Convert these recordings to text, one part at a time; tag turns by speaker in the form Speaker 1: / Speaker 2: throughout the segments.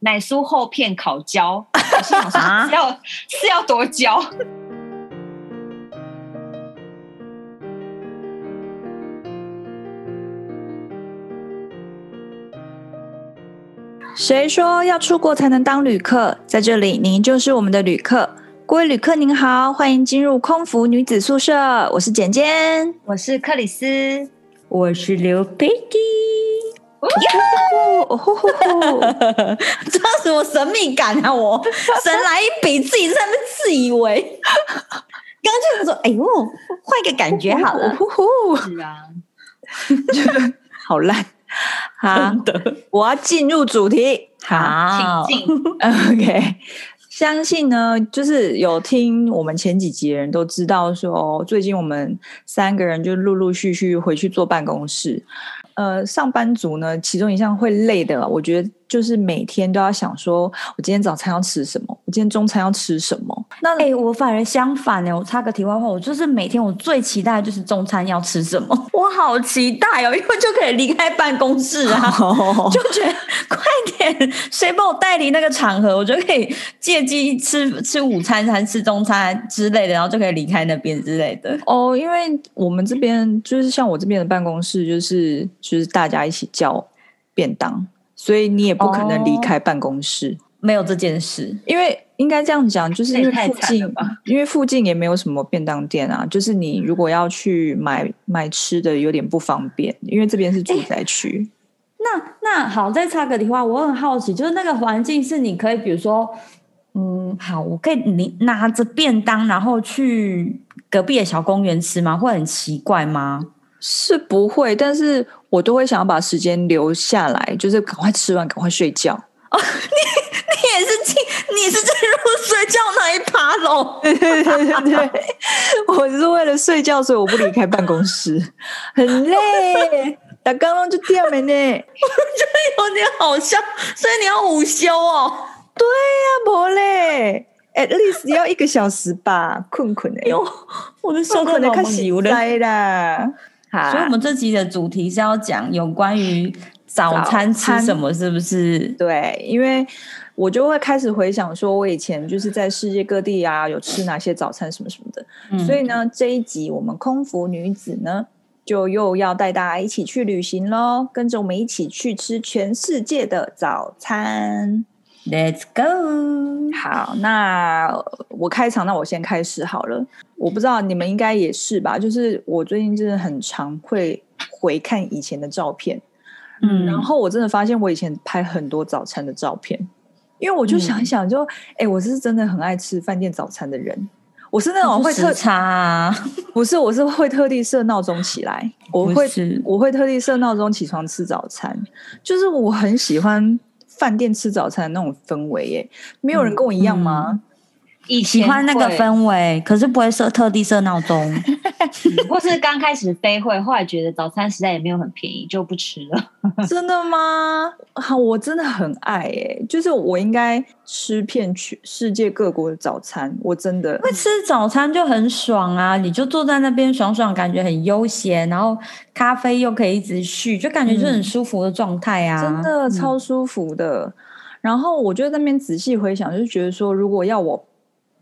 Speaker 1: 奶酥厚片烤焦，我心想说
Speaker 2: 啊
Speaker 1: 是要 是要多焦？
Speaker 2: 谁说要出国才能当旅客？在这里，您就是我们的旅客。各位旅客您好，欢迎进入空服女子宿舍，我是简简。
Speaker 1: 我是克里斯，
Speaker 3: 我是刘 Peggy，
Speaker 2: 哦吼吼吼！
Speaker 3: 这有什么神秘感啊？我神来一笔，自己在那边自以为。刚刚就说，哎呦，换一个感觉好了。
Speaker 2: 呼呼，
Speaker 1: 是啊，
Speaker 2: 哦好烂。好，
Speaker 3: 的，
Speaker 2: 我要进入主题。
Speaker 3: 好，
Speaker 1: 请进。
Speaker 2: OK，相信呢，就是有听我们前几集的人都知道说，哦最近我们三个人就陆陆续续回去坐办公室。呃，上班族呢，其中一项会累的，我觉得就是每天都要想说，我今天早餐要吃什么，我今天中餐要吃什么。那
Speaker 3: 哎、我反而相反欸呢。我插个题外话，我就是每天我最期待的就是中餐要吃什 么，我好期待哦，因为就可以离开办公室 啊。就觉得快点，谁帮我代理那个场合，我就可以借机吃吃午餐，还是吃中餐之类的，然后就可以离开那边之类的。
Speaker 2: 哦，因为我们这边就是像我这边的办公室，就是就是大家一起叫便当，所以你也不可能离
Speaker 3: 哦
Speaker 2: 开办公室。
Speaker 3: 没有这件事，
Speaker 2: 因为应该这样讲，就是
Speaker 1: 这
Speaker 2: 因
Speaker 1: 也
Speaker 2: 为
Speaker 1: 太
Speaker 2: 附
Speaker 1: 惨了
Speaker 2: 近
Speaker 1: 吧，
Speaker 2: 因为附近也没有什么便当店啊。就是你如果要去买买吃的，有点不方便，因为这边是住宅区。
Speaker 3: 那那好，再插个题外话，我很好奇，就是那个环境是你可以，比如说，嗯，好，我可以你拿着便当，然后去隔壁的小公园吃吗？会很奇怪吗？
Speaker 2: 是不会，但是我都会想要把时间留下来，就是赶快吃完，赶快睡 觉。
Speaker 3: 你也是进，你是进入睡觉那一趴 喽？
Speaker 2: 对，我是为了睡觉，所以我不离开办公室，很累，打刚刚就掉没呢。
Speaker 3: 有点好笑，所以你要午休哦。
Speaker 2: 那不嘞，at least 要一个小时吧，困困的、
Speaker 3: 哟，我的
Speaker 2: 受
Speaker 3: 笑
Speaker 2: 困
Speaker 3: 得
Speaker 2: 的
Speaker 3: 好
Speaker 2: 开
Speaker 3: 蒙
Speaker 2: 始
Speaker 3: 油了。
Speaker 2: 塞啦。
Speaker 3: 所以，我
Speaker 2: 好，
Speaker 3: 们这集的主题是要讲有关于早餐
Speaker 2: 早餐
Speaker 3: 吃什么，是不是？
Speaker 2: 对，因为我就会开始回想，说我以前就是在世界各地啊，有吃哪些早餐什么什么的。
Speaker 3: 嗯
Speaker 2: 所以呢，这一集我们空服女子呢，就又要带大家一起去旅行喽，跟着我们一起去吃全世界的早餐。
Speaker 3: ，Let's go。
Speaker 2: 好，那我开场，那我先开始好了。我不知道你们应该也是吧，就是我最近真的很常会回看以前的照片，
Speaker 3: 嗯，
Speaker 2: 然后我真的发现我以前拍很多早餐的照片，因为
Speaker 3: 嗯
Speaker 2: 我就想一想就，哎、我是真的很爱吃饭店早餐的人。我是那种会特
Speaker 3: 时差啊，
Speaker 2: 不是，我是会特地设闹钟起来，我
Speaker 3: 不
Speaker 2: 会
Speaker 3: 是
Speaker 2: 我会特地设闹钟起床吃早餐，就是我很喜欢饭店吃早餐的那种氛围耶。没有人跟我一样吗？
Speaker 1: 以
Speaker 3: 喜
Speaker 1: 前
Speaker 3: 欢那个
Speaker 1: 会，
Speaker 3: 氛围，可是不会设特地设闹 钟。
Speaker 1: 或是刚开始飞会，后来觉得早餐实在也没有很便宜，就不吃了。
Speaker 3: 嗯
Speaker 2: 真的吗？好，我真的很爱诶、就是我应该吃遍全世界各国的早餐，我真的
Speaker 3: 会吃早餐就很爽啊，你就坐在那边爽爽，感觉很悠闲，然后咖啡又可以一直续，就感觉就是很舒服的状态啊。
Speaker 2: 真的超舒服的。然后我就在那边仔细回想，就是觉得说，如果要我，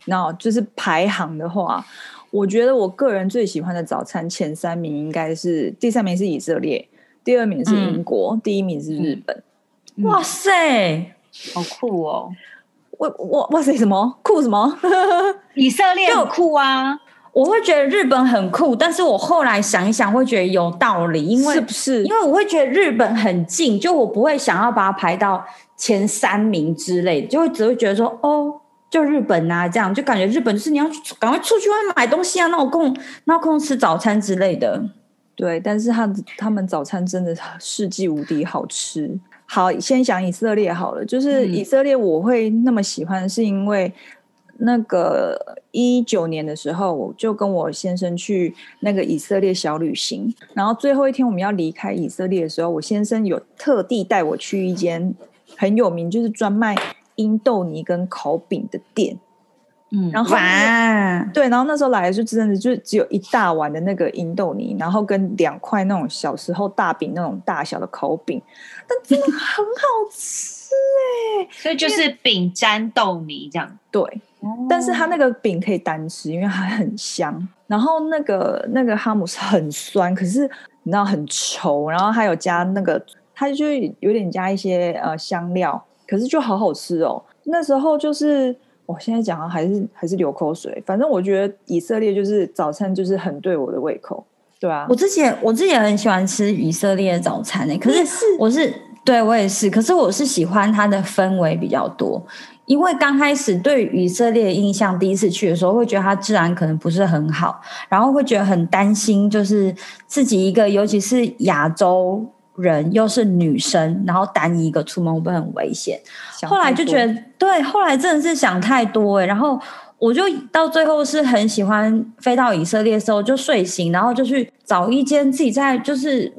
Speaker 2: 那就是排行的话，我觉得我个人最喜欢的早餐前三名应该是第三名是以色列，第二名是
Speaker 3: 嗯
Speaker 2: 英国，第一名是日本。
Speaker 1: 嗯
Speaker 3: 哇塞，
Speaker 1: 好酷哦！
Speaker 2: 我我哇塞，什么酷什么？
Speaker 1: 以色列很酷啊，
Speaker 3: 我会觉得日本很酷，但是我后来想一想，会觉得有道理，因为
Speaker 2: 是不是
Speaker 3: 因？为我会觉得日本很近，就我不会想要把它排到前三名之类的，就会只会觉得说哦，就日本啊，这样就感觉日本就是你要去赶快出去外面买东西啊，那我空那我空吃早餐之类的。
Speaker 2: 对，但是他他们早餐真的世纪无敌好吃。好，先讲以色列好了，就是
Speaker 3: 嗯
Speaker 2: 以色列我会那么喜欢，是因为那个一九年的时候，我就跟我先生去那个以色列小旅行，然后最后一天我们要离开以色列的时候，我先生有特地带我去一间很有名，就是专卖英豆泥跟烤饼的店，
Speaker 1: 嗯，
Speaker 2: 然后那个
Speaker 3: 哇，
Speaker 2: 对，然后那时候来的就真的就只有一大碗的那个银豆泥，然后跟两块那种小时候大饼那种大小的烤饼，但真的很好吃哎、
Speaker 1: 所以就是饼沾豆泥这样。
Speaker 2: 对，但是它那个饼可以单吃，因为它很香。然后那个那个哈姆是很酸，可是你知道很稠，然后还有加那个，它就有点加一些呃香料，可是就好好吃哦。那时候就是我现在讲啊还是还是流口水，反正我觉得以色列就是早餐就是很对我的胃口，对啊
Speaker 3: 我，之前我之前很喜欢吃以色列的早餐欸诶、可是我是对我也是，可是我是喜欢它的氛围比较多，因为刚开始对于以色列的印象，第一次去的时候会觉得它治安可能不是很好，然后会觉得很担心，就是自己一个，尤其是亚洲人又是女生，然后单一一个出门会不会很危险？
Speaker 2: 想
Speaker 3: 后来
Speaker 2: 太
Speaker 3: 就
Speaker 2: 多
Speaker 3: 觉得，对，后来真的是想太多哎、然后我就到最后是很喜欢飞到以色列的时候就睡醒，然后就去找一间自己在就是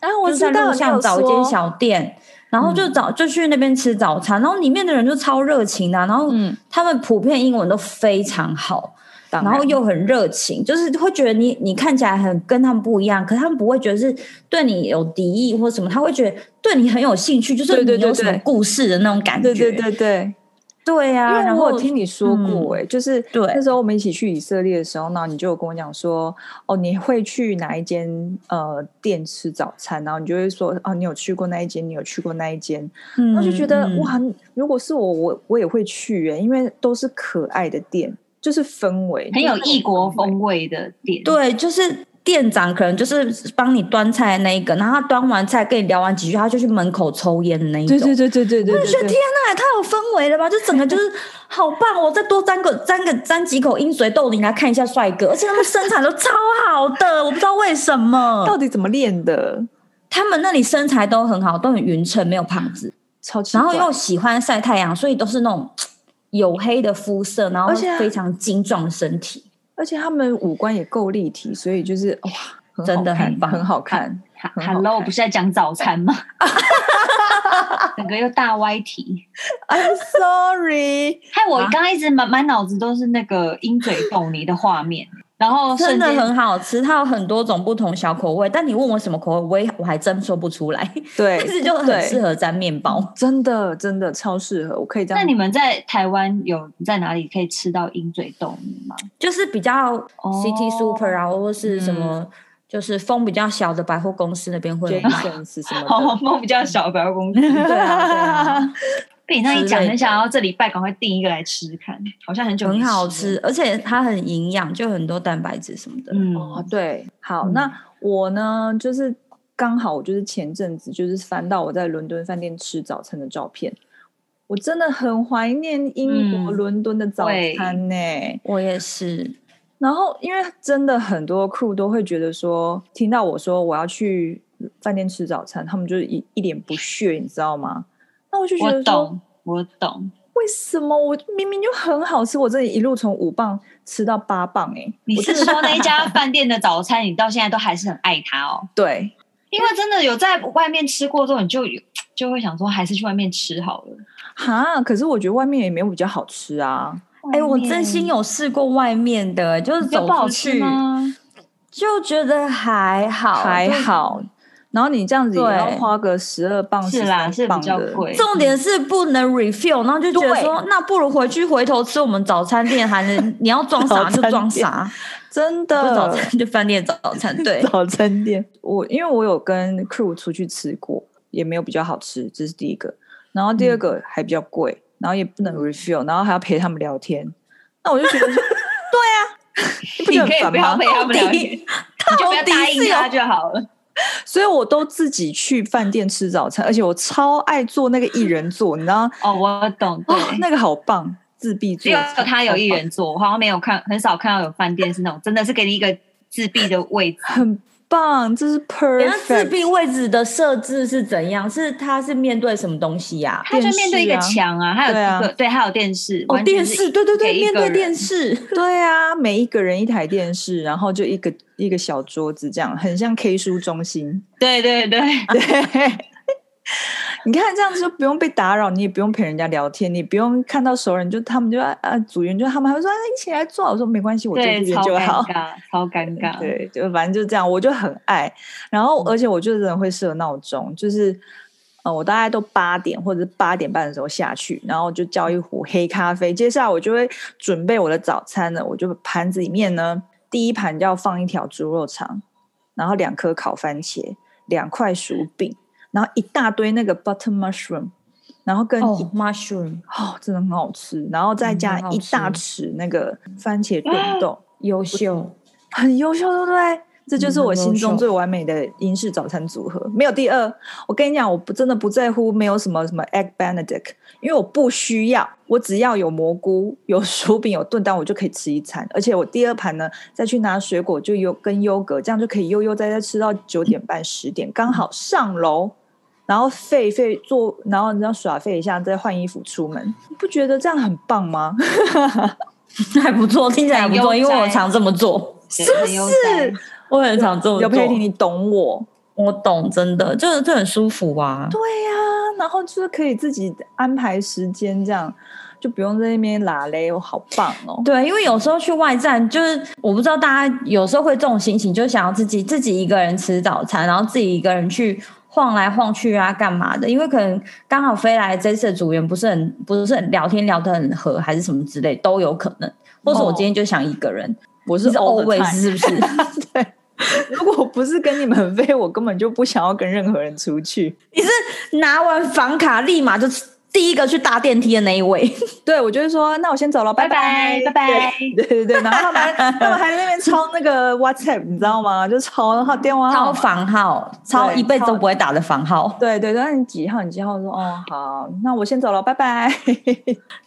Speaker 2: 啊，我
Speaker 3: 就是在
Speaker 2: 知道
Speaker 3: 路
Speaker 2: 你有
Speaker 3: 上找一
Speaker 2: 说嗯
Speaker 3: 间小店，然后就找就去那边吃早餐，然后里面的人就超热情的啊、然后
Speaker 2: 嗯，
Speaker 3: 他们普遍英文都非常好，
Speaker 2: 当
Speaker 3: 然后又很热情，就是会觉得你你看起来很跟他们不一样，可他们不会觉得是对你有敌意或什么，他会觉得对你很有兴趣，就是
Speaker 2: 对对
Speaker 3: 你有
Speaker 2: 对
Speaker 3: 什么
Speaker 2: 对
Speaker 3: 故事的那种感觉。
Speaker 2: 对对对对。
Speaker 3: 对呀、
Speaker 2: 因为
Speaker 3: 然
Speaker 2: 啊我有
Speaker 3: 后
Speaker 2: 听你说过、欸，哎、就是
Speaker 3: 对
Speaker 2: 那时候我们一起去以色列的时候，呢，你就有跟我讲说，哦，你会去哪一间呃店吃早餐，然后你就会说，哦，你有去过那一间，你有去过那一间，
Speaker 3: 嗯
Speaker 2: 我就觉得、
Speaker 3: 嗯
Speaker 2: 哇，如果是我，我我也会去、欸，因为都是可爱的店，就是氛围
Speaker 1: 很有异国。
Speaker 2: 就是那种
Speaker 1: 风味的店，，
Speaker 3: 对，就是店长可能就是帮你端菜的那一个，然后他端完菜跟你聊完几句，他就去门口抽烟的那一种。
Speaker 2: 对对对对对对对对，
Speaker 3: 那也太有氛围了吧！就整个就是 好棒，哦我再多沾个沾个沾几口鹰嘴豆泥来看一下帅哥，而且他们身材都超好的，我不知道为什
Speaker 2: 到
Speaker 3: 么
Speaker 2: 底怎么练的？
Speaker 3: 他们那里身材都很好，都很匀称，没有胖子，
Speaker 2: 超级
Speaker 3: 然后又喜欢晒太阳，所以都是那种黝黑的肤色，然后
Speaker 2: 而且啊
Speaker 3: 非常精壮的身体。
Speaker 2: 而且他们五官也够立体，所以就是哇，很好
Speaker 3: 真的
Speaker 2: 看
Speaker 3: 很棒
Speaker 2: 很好看。
Speaker 1: 哈
Speaker 2: 很好
Speaker 1: ，Hello，
Speaker 2: 看
Speaker 1: 不是在讲早餐 吗？整个又大歪
Speaker 3: 啊
Speaker 1: 题，
Speaker 2: I'm sorry，
Speaker 1: 害我刚刚一直满满脑子都是那个鹰嘴豆泥的画面，然后
Speaker 3: 真
Speaker 1: 哦瞬
Speaker 3: 的
Speaker 1: 间
Speaker 3: 很好吃，它有很多种不同小口味，但你问我什么口味，我也我还真说不出 来。
Speaker 2: 对，
Speaker 3: 但是就很
Speaker 2: 对
Speaker 3: 适合沾面包。
Speaker 2: 真的真的超适合，我可以这样。
Speaker 1: 那你们在台湾有在哪里可以吃到鹰嘴豆泥吗？
Speaker 3: 就是比较 City
Speaker 1: 哦嗯
Speaker 3: Super 啊，或是什么，就是风比较小的百货公司那边会有 卖。
Speaker 2: Jason 是什么的？
Speaker 1: 好，哦我们比较小，不要公司。
Speaker 3: 对啊，对 啊
Speaker 1: 被你那一
Speaker 3: 之类
Speaker 1: 讲，
Speaker 3: 的
Speaker 1: 很想要这礼拜赶快订一个来吃吃看，好像很久没
Speaker 3: 很好
Speaker 1: 了。
Speaker 3: 吃，而且它很营养，就很多蛋白质什么的。
Speaker 1: 嗯，
Speaker 2: 哦，对，好，
Speaker 3: 嗯
Speaker 2: 那我呢，就是刚好我就是前阵子就是翻到我在伦敦饭店吃早餐的照片，我真的很怀念英国
Speaker 1: 嗯
Speaker 2: 伦敦的早
Speaker 1: 对
Speaker 2: 餐呢、
Speaker 3: 我也是，
Speaker 2: 然后，因为真的很多 crew 都会觉得说，听到我说我要去饭店吃早餐，他们就是一一脸不屑，你知道吗？那我就觉
Speaker 1: 我
Speaker 2: 得说，
Speaker 1: 懂，我懂。
Speaker 2: 为什么我明明就很好吃，我这里一路从五磅吃到八磅、欸，哎，
Speaker 1: 你是说那一家饭店的早餐，你到现在都还是很爱它哦？
Speaker 2: 对，
Speaker 1: 因为真的有在外面吃过之后，你就有就会想说，还是去外面吃好了。
Speaker 2: 哈，可是我觉得外面也没有比较好吃啊。
Speaker 3: 哎、我真心有试过外面的，就是
Speaker 1: 有
Speaker 3: 走
Speaker 1: 不好
Speaker 3: 出
Speaker 1: 吃
Speaker 3: 去
Speaker 1: 吗？
Speaker 3: 就觉得还好，
Speaker 2: 还
Speaker 3: 就。
Speaker 2: 好。然后你这样子也
Speaker 3: 对
Speaker 2: 要花个十二磅、
Speaker 1: 是啦，是
Speaker 2: 13
Speaker 1: 比
Speaker 2: 磅
Speaker 1: 较
Speaker 2: 的，
Speaker 1: 贵。
Speaker 3: 重点是不能 refill，然后就觉得
Speaker 2: 对
Speaker 3: 说，那不如回去回头吃我们早餐店，还 能你要装
Speaker 2: 早
Speaker 3: 傻
Speaker 2: 餐
Speaker 3: 就
Speaker 2: 店
Speaker 3: 装傻，
Speaker 2: 真
Speaker 3: 就
Speaker 2: 的
Speaker 3: 早餐就饭店呃 早餐，对，
Speaker 2: 早餐店。我因为我有跟 crew 出去吃过，也没有比较好吃，这是第一个。然后
Speaker 1: 嗯
Speaker 2: 第二个还比较贵，然后也不能 refill，然后还要陪他们聊天。那我就 觉得说，对啊，你不
Speaker 1: 你
Speaker 2: 觉得
Speaker 1: 可以
Speaker 2: 很
Speaker 1: 不
Speaker 2: 烦
Speaker 1: 要
Speaker 2: 吗
Speaker 1: 陪？他 们聊天，你就不要答应
Speaker 3: 啊
Speaker 1: 他就好了。
Speaker 2: 所以我都自己去饭店吃早餐，而且我超爱做那个一人座，你知 道，
Speaker 1: 哦，我懂，对。
Speaker 2: 哦，那个好棒，自闭
Speaker 1: 只
Speaker 2: 座
Speaker 1: 有
Speaker 2: 超棒，
Speaker 1: 他有一人座，我好像没有看，很少看到有饭店是那种真的是给你一个自闭的位置。
Speaker 2: 很棒，这是
Speaker 3: 人家自
Speaker 2: perfect。
Speaker 3: 闭位置的设置是怎样？是它是面对什么东西呀、
Speaker 1: 他就面对一个
Speaker 2: 电视啊
Speaker 1: 墙啊，还有
Speaker 2: 对啊
Speaker 1: 一个对，还有电视，
Speaker 3: 哦，
Speaker 1: 完全
Speaker 3: 电
Speaker 1: 是
Speaker 3: 视，对对对，
Speaker 1: 给一
Speaker 3: 面
Speaker 1: 个
Speaker 3: 对
Speaker 1: 人
Speaker 3: 电视，
Speaker 2: 对啊，每一个人一台电视，然后就一个一个小桌子，这样很像 K 书中心。
Speaker 1: 对对对，
Speaker 2: 对，你看这样子就不用被打扰，你也不用陪人家聊天，你不用看到熟人就他们就啊啊组员就他们还会说、啊、一起来做啊，我说没关系，我做这
Speaker 1: 对，
Speaker 2: 边
Speaker 1: 超
Speaker 2: 就好
Speaker 1: 尴。尬，超尴
Speaker 3: 啊
Speaker 1: 尬。
Speaker 3: 嗯
Speaker 2: 对，就反正就这样，我就很爱。然后，而且我就真的会设闹钟，就是呃，我大概都八点或者八点半的时候下去，然后就叫
Speaker 3: 嗯
Speaker 2: 一壶黑咖啡。接下来我就会准备我的早餐了，我就盘子里面呢，第一盘要放一条猪肉肠，然后两颗烤番茄，两块
Speaker 3: 嗯
Speaker 2: 薯饼，然后一大堆那个 butter mushroom，然后跟一
Speaker 3: 哦，mushroom
Speaker 2: 哦，真的很好吃。然后再
Speaker 3: 嗯
Speaker 2: 加
Speaker 3: 很好
Speaker 2: 一
Speaker 3: 吃啊
Speaker 2: 大匙那个番茄炖豆，
Speaker 3: 优秀，
Speaker 2: 很优秀，对不对？这就是
Speaker 3: 嗯
Speaker 2: 我
Speaker 3: 很
Speaker 2: 心
Speaker 3: 优
Speaker 2: 中
Speaker 3: 秀
Speaker 2: 最完美的英式早餐组合，没有第二。我跟你讲，我不真的不在乎没有什么什么 egg benedict，因为我不需要，我只要有蘑菇、有薯饼、有炖蛋，我就可以吃一餐。而且我第二盘呢，再去拿水果就优跟优格，这样就可以悠悠哉哉吃到九点半十点，刚好上楼，然后废废做，然后你知道耍废一下，再换衣服出门，你不觉得这样很棒吗？
Speaker 3: 还不错，听起来还不错，因为我常这么做，
Speaker 1: 是 不
Speaker 2: 是，
Speaker 3: 我很常这么
Speaker 2: 刘
Speaker 3: 做。
Speaker 2: 佩婷，你懂我。
Speaker 3: 我懂，真的就是这很舒服啊。
Speaker 2: 对呀、然后就是可以自己安排时间，这样就不用在那边拉嘞，我好棒哦！
Speaker 3: 对，因为有时候去外站，就是我不知道大家有时候会这种心情，就是想要自己自己一个人吃早餐，然后自己一个人去晃来晃去啊，干嘛的？因为可能刚好飞来这次的组员不是很不是很聊天聊得很合，还是什么之类都有可能。或者我
Speaker 2: 哦
Speaker 3: 今天就想一个人，
Speaker 2: 我
Speaker 3: 你
Speaker 2: 是
Speaker 3: 哦是
Speaker 2: all the
Speaker 3: always
Speaker 2: time
Speaker 3: 是不是？
Speaker 2: 对，如果不是跟你们飞，我根本就不想要跟任何人出去。
Speaker 3: 你是拿完房卡立马就第一个去搭电梯的那一位？
Speaker 2: 对，我就会说，那我先走了，
Speaker 1: 拜
Speaker 2: 拜
Speaker 1: 拜，拜拜。
Speaker 2: 对对对，然后他们还他们还在那边抄那个 WhatsApp，你知道吗？就抄他电话
Speaker 3: 超
Speaker 2: 号码。
Speaker 3: 房号，哦超
Speaker 2: 对
Speaker 3: 一辈子
Speaker 2: 超
Speaker 3: 都不会打的房号。
Speaker 2: 对对对，那你几号？你几号？说哦好，那我先走了，拜拜。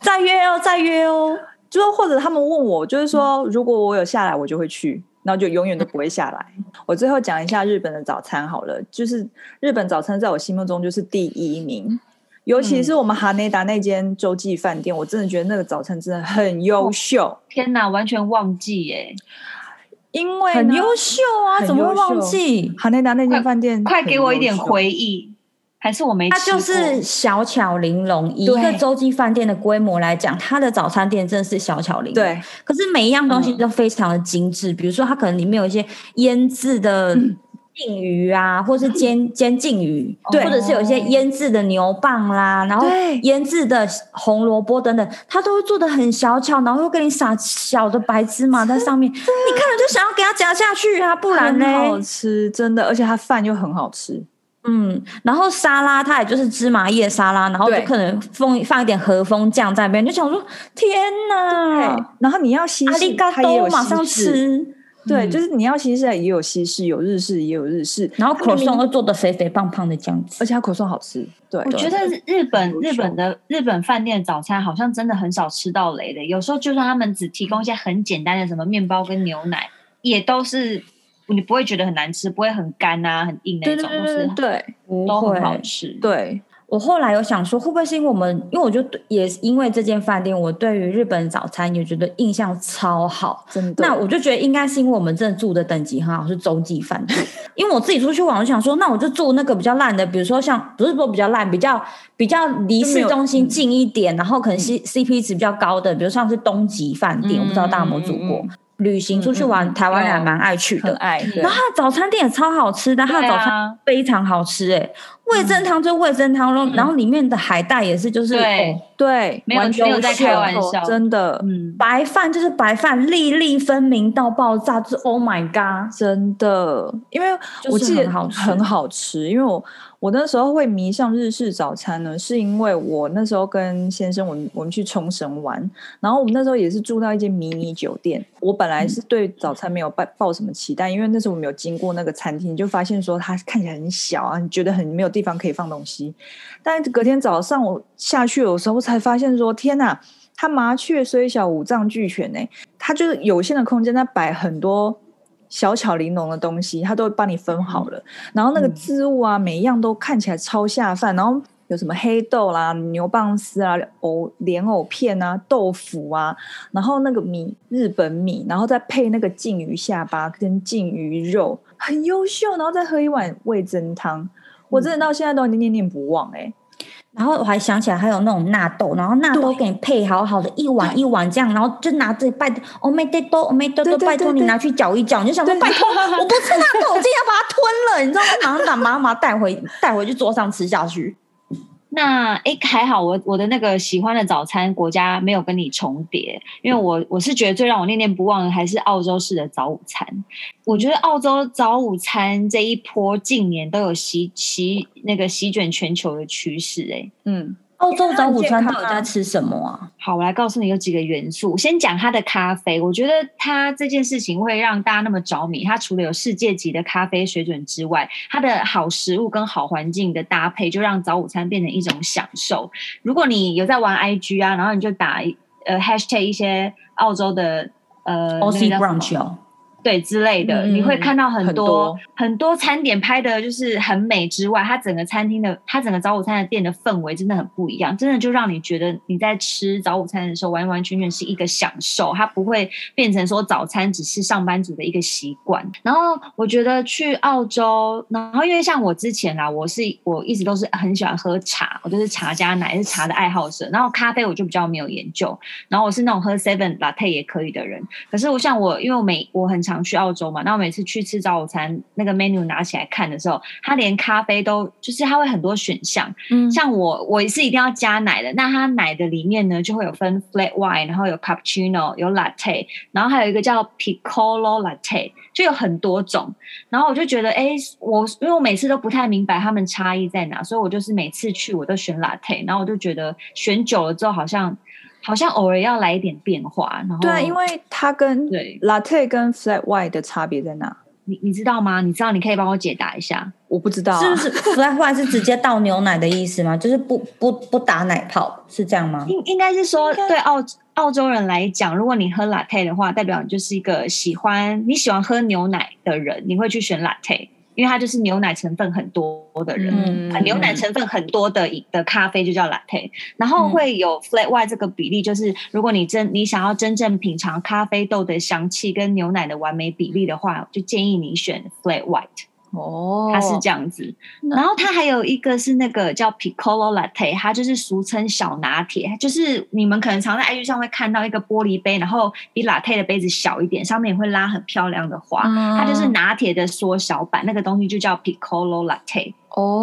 Speaker 3: 再约哦，再约哦。
Speaker 2: 就或者他们问我，
Speaker 3: 嗯
Speaker 2: 就是说，如果我有下来，我就会去，然后就永远都不会下来。我最后讲一下日本的早餐好了，就是日本早餐在我心目中就是第一名，尤其
Speaker 3: 嗯
Speaker 2: 是我们哈内达那间洲际饭店，我真的觉得那个早餐真的很优秀，
Speaker 1: 天哪，完全忘记耶！
Speaker 2: 因为
Speaker 3: 很
Speaker 2: 呢
Speaker 3: 优秀啊，
Speaker 2: 很
Speaker 3: 怎么会
Speaker 2: 优秀
Speaker 3: 忘记？
Speaker 2: 哈内达那间饭店
Speaker 1: 快给我一点
Speaker 2: 很优秀
Speaker 1: 回忆，还是我没吃
Speaker 3: 它
Speaker 1: 过？
Speaker 3: 就是小巧玲珑，以一
Speaker 2: 对
Speaker 3: 个洲际饭店的规模来讲，它的早餐店真的是小巧玲珑。
Speaker 2: 对，嗯
Speaker 3: 可是每一样东西都非常的精致，比如说它可能里面有一些腌制的
Speaker 2: 嗯
Speaker 3: 鲭鱼啊，或是煎煎鲭鱼，
Speaker 2: 对
Speaker 3: 或者是有一些腌制的牛蒡啦，然后
Speaker 2: 哦对
Speaker 3: 腌制的红萝卜等等，它都会做的很小巧，然后又给你撒小的白芝麻在上面，你看了就想要给它夹下去啊，不然呢？
Speaker 2: 很好吃，真的，而且它饭又很好吃，
Speaker 3: 嗯，然后沙拉它也就是芝麻叶沙拉，然后就
Speaker 2: 对
Speaker 3: 可能放放一点和风酱在那边，就想说天哪，
Speaker 2: 对，然后你要西
Speaker 3: 嗯阿
Speaker 2: 式，
Speaker 3: 里嘎
Speaker 2: 它也
Speaker 3: 多，
Speaker 2: 有
Speaker 3: 马上
Speaker 2: 西式，
Speaker 3: 吃。
Speaker 2: 对，
Speaker 1: 嗯
Speaker 2: 就是你要西式也有西式，有日式也有日式，
Speaker 3: 然后
Speaker 2: 它明
Speaker 3: 口
Speaker 2: 明
Speaker 3: 送又做的肥肥胖胖的这样
Speaker 2: 而
Speaker 3: 子，
Speaker 2: 且它口颂好吃。对，
Speaker 1: 我觉得日本
Speaker 2: 很优秀
Speaker 1: 日本的日本饭店的早餐好像真的很少吃到雷的，有时候就算他们只提供一些很简单的什么面包跟牛奶，也都是你不会觉得很难吃，不会很干啊、很硬那
Speaker 2: 对对
Speaker 1: 种，
Speaker 2: 对
Speaker 1: 都
Speaker 2: 对
Speaker 1: 是
Speaker 2: 对
Speaker 3: 不
Speaker 1: 都很好
Speaker 3: 会。
Speaker 1: 吃。
Speaker 2: 对，
Speaker 3: 我后来有想说，会不会是因为我们，因为我就对也是因为这间饭店，我对于日本早餐也觉得印象超好。
Speaker 2: 真的。
Speaker 3: 那我就觉得应该是因为我们真的住的等级很好，是洲际饭店。因为我自己出去玩，我就想说，那我就住那个比较烂的，比如说像不是说比较烂，比较比较离
Speaker 2: 就没
Speaker 3: 市
Speaker 2: 有
Speaker 3: 中
Speaker 2: 嗯
Speaker 3: 心近一点，然后可能 C、CP 值比较高的，比如像是东极饭店，我不知道大家有没有住过。
Speaker 2: 嗯嗯嗯
Speaker 3: 旅行出去玩，
Speaker 2: 嗯嗯嗯
Speaker 3: 台湾人还
Speaker 2: 有
Speaker 3: 蛮爱去
Speaker 2: 很
Speaker 3: 的。
Speaker 2: 爱，对
Speaker 3: 然后它的早餐店也超好吃的，它的
Speaker 1: 对
Speaker 3: 早餐
Speaker 1: 啊，
Speaker 3: 非常好吃哎、味
Speaker 2: 嗯
Speaker 3: 噌汤就味噌汤，然后
Speaker 1: 嗯
Speaker 3: 然后里面的海带也是，就是
Speaker 1: 对
Speaker 3: 哦
Speaker 2: 对，
Speaker 1: 没有
Speaker 2: 完全
Speaker 1: 没有在
Speaker 2: 不是
Speaker 1: 开玩笑
Speaker 2: 真的
Speaker 1: 嗯，
Speaker 3: 白饭就是白饭，粒粒分明到爆炸，就是 Oh my God！
Speaker 2: 真的，因为
Speaker 3: 就是
Speaker 2: 我记得
Speaker 3: 很好吃
Speaker 2: 很好吃，因为我我那时候会迷上日式早餐呢，是因为我那时候跟先生我们我们去冲绳玩，然后我们那时候也是住到一间迷你酒店，我
Speaker 3: 嗯
Speaker 2: 本来是对早餐没有抱抱什么期待，因为那时候我们有经过那个餐厅，就发现说它看起来很小啊，你觉得很没有地方可以放东西，但隔天早上我下去的时候才发现说，天哪！它麻雀虽小，五脏俱全呢、它就是有限的空间，它摆很多小巧玲珑的东西，它都帮你分好了。然后那个
Speaker 3: 嗯
Speaker 2: 织物啊，每一样都看起来超下饭。然后有什么黑豆啦、牛蒡丝啊、藕莲藕片啊、豆腐啊，然后那个米日本米，然后再配那个鲭鱼下巴跟鲭鱼肉，很优秀。然后再喝一碗味增汤，我真的到现在都念念不忘哎、
Speaker 3: 然后我还想起来还有那种纳豆，然后纳豆给你配好好的一碗一碗这样，然后就拿着拜哦没得多哦没得
Speaker 2: 对
Speaker 3: 多，
Speaker 2: 对
Speaker 3: 拜托
Speaker 2: 对
Speaker 3: 你
Speaker 2: 对
Speaker 3: 拿去搅一搅，你就想说
Speaker 2: 对
Speaker 3: 拜托我不吃纳豆，我竟然把它吞了，你知道吗？马上把妈妈带回带回去桌上吃下去。
Speaker 1: 那诶还好我我的那个喜欢的早餐国家没有跟你重叠，因为我我是觉得最让我念念不忘的还是澳洲式的早午餐。我觉得澳洲早午餐这一波近年都有席席那个席卷全球的趋势、诶
Speaker 2: 嗯，
Speaker 3: 澳洲早哦午餐到底
Speaker 2: 因为它很健康啊
Speaker 3: 在吃什么啊？
Speaker 1: 好，我来告诉你有几个元素。先讲它的咖啡，我觉得它这件事情会让大家那么着迷。它除了有世界级的咖啡水准之外，它的好食物跟好环境的搭配，就让早午餐变成一种享受。如果你有在玩 IG 啊，然后你就打呃 hashtag 一些澳洲的呃
Speaker 3: o
Speaker 1: 那
Speaker 3: c
Speaker 1: 个叫什么
Speaker 3: brunch 哦，
Speaker 1: 对之类的，
Speaker 3: 嗯
Speaker 1: 你会看到
Speaker 2: 很
Speaker 1: 很多
Speaker 2: 多
Speaker 1: 很多餐点拍的就是很美之外，它整个餐厅的它整个早午餐的店的氛围真的很不一样，真的就让你觉得你在吃早午餐的时候完完全全是一个享受，它不会变成说早餐只是上班族的一个习惯。然后我觉得去澳洲，然后因为像我之前啦，我是我一直都是很喜欢喝茶，我就是茶加奶是茶的爱好者，然后咖啡我就比较没有研究，然后我是那种喝 seven latte 也可以的人，可是我像我，因为我每我很常去澳洲嘛，那我每次去吃早午餐，那个 menu 拿起来看的时候，它连咖啡都就是它会很多选项，
Speaker 3: 嗯，
Speaker 1: 像我我是一定要加奶的，那它奶的里面呢就会有分 flat white，然后有 cappuccino，有 latte，然后还有一个叫 piccolo latte，就有很多种。然后我就觉得，哎，我因为我每次都不太明白它们差异在哪，所以我就是每次去我都选 latte，然后我就觉得选久了之后好像。好像偶尔要来一点变化，然后
Speaker 2: 对啊，因为它跟
Speaker 1: 哦对
Speaker 2: latte 跟 flat white 的差别在哪？
Speaker 1: 你你知道吗？你知道，你可以帮我解答一下。
Speaker 2: 我不知道、啊，
Speaker 3: 是不是 flat white 是直接倒牛奶的意思吗？就是不不不打奶泡，是这样吗？
Speaker 1: 应应该是说，
Speaker 2: 应该
Speaker 1: 对澳澳洲人来讲，如果你喝 latte 的话，代表你就是一个喜欢你喜欢喝牛奶的人，你会去选 latte，因为它就是牛奶成分很多的人。
Speaker 3: 嗯
Speaker 1: 啊，牛奶成分很多的饮的咖啡就叫 latte，
Speaker 2: 嗯
Speaker 1: 然后会有 flat white 这个比例，就是如果你真你想要真正品尝咖啡豆的香气跟牛奶的完美比例的话，就建议你选 flat white。
Speaker 2: 哦，
Speaker 1: 它是这样子。然后它还有一个是那个叫 Piccolo Latte，它就是俗称小拿铁，就是你们可能常在 IG 上会看到一个玻璃杯，然后比 latte 的杯子小一点，上面也会拉很漂亮的花。它
Speaker 2: 嗯
Speaker 3: 它
Speaker 1: 就是拿铁的缩小版，那个东西就叫 Piccolo Latte，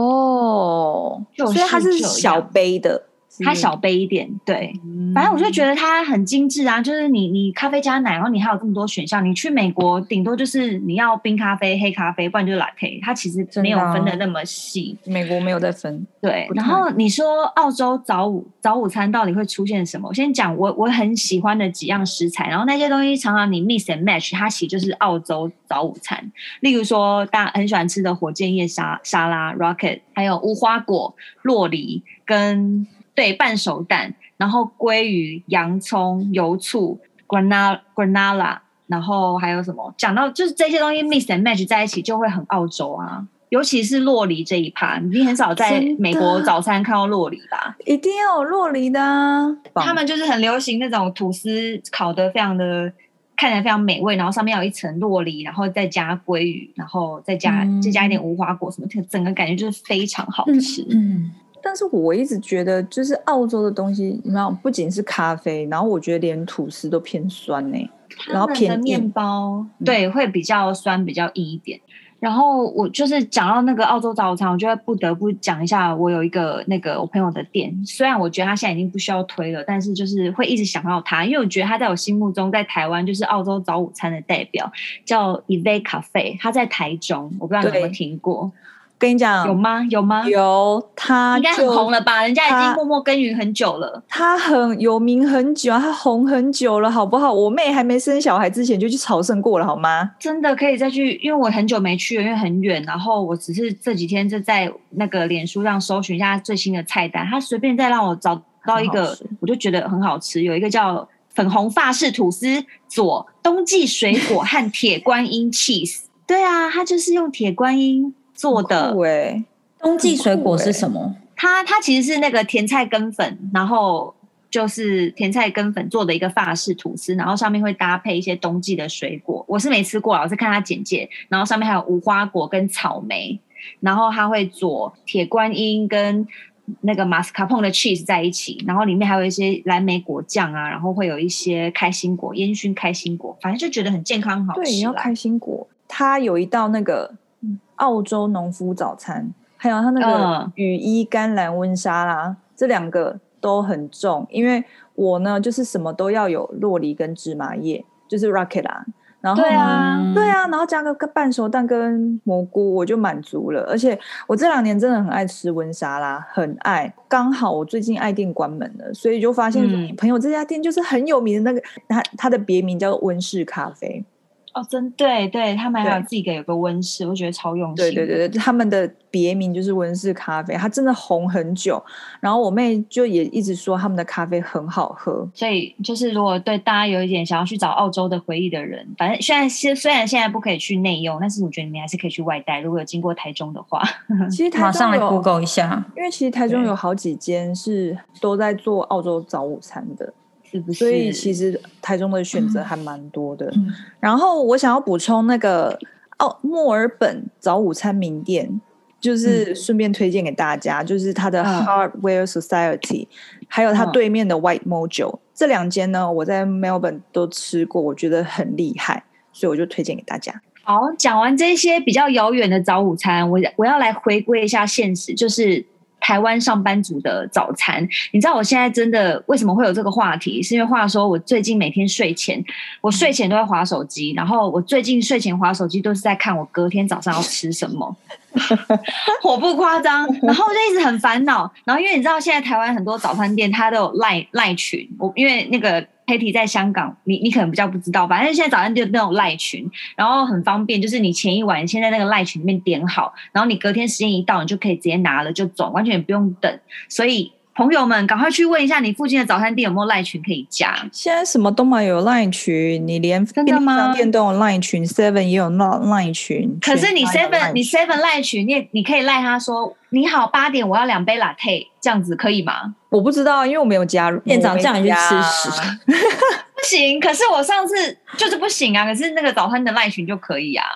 Speaker 2: 哦，
Speaker 1: 就是
Speaker 2: 所以它是
Speaker 1: 这样
Speaker 2: 小杯的，
Speaker 1: 它小杯一点，对。
Speaker 2: 嗯，
Speaker 1: 反正我就觉得它很精致啊，就是你你咖啡加奶，然后你还有这么多选项。你去美国，顶多就是你要冰咖啡、黑咖啡，不然就是 latte，它其实
Speaker 3: 真的
Speaker 1: 没有
Speaker 2: 哦
Speaker 3: 啊
Speaker 1: 分的那么细。
Speaker 2: 嗯美国没有在分，
Speaker 1: 对
Speaker 2: 不，
Speaker 1: 然
Speaker 2: 太
Speaker 1: 后你说澳洲早午早午餐到底会出现什么？我先讲我我很喜欢的几样食材，然后那些东西常常你 mix and match，它其实就是澳洲早午餐。例如说大家很喜欢吃的火箭叶沙沙拉 （rocket），还有无花果、洛梨跟对半熟蛋，然后鲑鱼、洋葱、油醋、granola granola，然后还有什么？讲到就是这些东西 mix and match 在一起就会很澳洲啊。尤其是洛梨这一趴，你很少在
Speaker 2: 真的
Speaker 1: 美国早餐看到洛梨吧？
Speaker 2: 一定要有洛梨的啊，
Speaker 1: 他们就是很流行那种吐司烤的非常的看起来非常美味，然后上面有一层洛梨，然后再加鲑鱼，然后再加、
Speaker 3: 嗯
Speaker 1: 再加一点无花果什么，整个感觉就是非常好吃。
Speaker 3: 嗯，
Speaker 2: 但是我一直觉得，就是澳洲的东西，你知道，不仅是咖啡，然后我觉得连吐司都偏酸呢、然后
Speaker 1: 他们
Speaker 2: 偏
Speaker 1: 的面
Speaker 2: 硬
Speaker 1: 包，
Speaker 2: 嗯
Speaker 1: 对，会比较酸，比较硬一点。然后我就是讲到那个澳洲早餐，我就会不得不讲一下，我有一个那个我朋友的店，虽然我觉得他现在已经不需要推了，但是就是会一直想到他，因为我觉得他在我心目中在台湾就是澳洲早午餐的代表，叫 Eve Cafe，他在台中，我不知道你有没有
Speaker 2: 对
Speaker 1: 听过，
Speaker 2: 跟你讲，
Speaker 1: 有吗？嗯有啊吗？
Speaker 2: 有它
Speaker 1: 应该很
Speaker 2: 就
Speaker 1: 红了吧？人家已经
Speaker 2: 他
Speaker 1: 默默耕耘很久了。
Speaker 2: 它很有名很久啊，它红很久了，好不好？我妹还没生小孩之前就去朝圣过了，好吗？
Speaker 1: 真的可以再去，因为我很久没去了，因为很远。然后我只是这几天就在那个脸书上搜寻一下最新的菜单，他随便再让我找到一
Speaker 2: 很好
Speaker 1: 个
Speaker 2: 吃，
Speaker 1: 我就觉得很好吃。有一个叫粉红法式吐司佐冬季水果和铁观音 cheese。对啊，它就是用铁观音做的。
Speaker 2: 对、
Speaker 3: 冬季水果
Speaker 2: 很
Speaker 3: 是
Speaker 2: 酷欸
Speaker 3: 什么？
Speaker 1: 它它其实是那个甜菜根粉，然后就是甜菜根粉做的一个法式吐司，然后上面会搭配一些冬季的水果。我是没吃过啊，我是看它简介，然后上面还有无花果跟草莓，然后它会佐铁观音跟。那个马斯卡彭的 cheese 在一起，然后里面还有一些蓝莓果酱啊，然后会有一些开心果、烟熏开心果，反正就觉得很健康、很好
Speaker 2: 对，
Speaker 1: 吃
Speaker 2: 你要
Speaker 1: 啦
Speaker 2: 开心果。它有一道那个澳洲农夫早餐，还有它那个
Speaker 1: 嗯
Speaker 2: 雨衣、甘蓝温莎啦，这两个都很重。因为我呢，就是什么都要有洛梨跟芝麻叶，就是 rocket 啦。然后
Speaker 1: 对啊
Speaker 3: 嗯
Speaker 2: 呢对啊，然后加个个半熟蛋跟蘑菇，我就满足了。而且我这两年真的很爱吃温莎啦，很爱。刚好我最近爱店关门了，所以就发现说
Speaker 1: 嗯
Speaker 2: 你朋友这家店就是很有名的那个，它它的别名叫温室咖啡。
Speaker 1: 哦，真对对，他们还有
Speaker 2: 对
Speaker 1: 自己的有个温室，我觉得超用心。
Speaker 2: 对对对对，他们的别名就是温室咖啡，它真的红很久。然后我妹就也一直说他们的咖啡很好喝。
Speaker 1: 所以就是，如果对大家有一点想要去找澳洲的回忆的人，反正虽然现虽然现在不可以去内用，但是我觉得你们还是可以去外带。如果有经过台中的话，
Speaker 2: 其实
Speaker 3: 马
Speaker 2: 台
Speaker 3: 上
Speaker 2: 中
Speaker 3: 来
Speaker 2: 有，
Speaker 3: Google 一下。
Speaker 2: 因为其实台中
Speaker 1: 对
Speaker 2: 有好几间是都在做澳洲早午餐的，
Speaker 1: 是不是？
Speaker 2: 所以其实台中的选择还蛮多的。
Speaker 3: 嗯
Speaker 2: 然后我想要补充那个哦，墨尔本早午餐名店，就是顺便推荐给大家，就是它的
Speaker 1: 嗯
Speaker 2: Hardware Society，、还有它
Speaker 1: 嗯
Speaker 2: 对面的 White Mojo、这两间呢，我在 Melbourne 都吃过，我觉得很厉害，所以我就推荐给大家。
Speaker 1: 好，讲完这些比较遥远的早午餐，我我要来回归一下现实，就是台湾上班族的早餐。你知道我现在真的为什么会有这个话题？是因为话说我最近每天睡前，我睡前都在划手机，然后我最近睡前划手机都是在看我隔天早上要吃什么。 我不夸张，然后我就一直很烦恼。然后因为你知道，现在台湾很多早餐店它都有赖赖群，我因为那个 Patty 在香港，你你可能比较不知道，反正现在早餐店都有赖群，然后很方便，就是你前一晚先在那个赖群里面点好，然后你隔天时间一到，你就可以直接拿了就走，完全不用等。所以朋友们，赶快去问一下你附近的早餐店有没有赖群可以加。
Speaker 2: 现在什么东马有 Line 群，你连
Speaker 1: 真
Speaker 2: 便
Speaker 1: 的
Speaker 2: 利商
Speaker 1: 吗
Speaker 2: 店都有 Line 群，Seven 也有 Line 群。
Speaker 1: 可是你
Speaker 2: 全家有
Speaker 1: seven
Speaker 2: Line
Speaker 1: 你
Speaker 2: 群
Speaker 1: seven 赖群，你也你可以赖他说你好八点我要两杯 latte，这样子可以吗？
Speaker 2: 我不知道，因为我没有加入。
Speaker 3: 店长
Speaker 2: 我没
Speaker 3: 叫你去
Speaker 2: 加
Speaker 3: 吃屎，
Speaker 1: 不行，可是我上次就是不行啊。可是那个早餐的赖群就可以啊。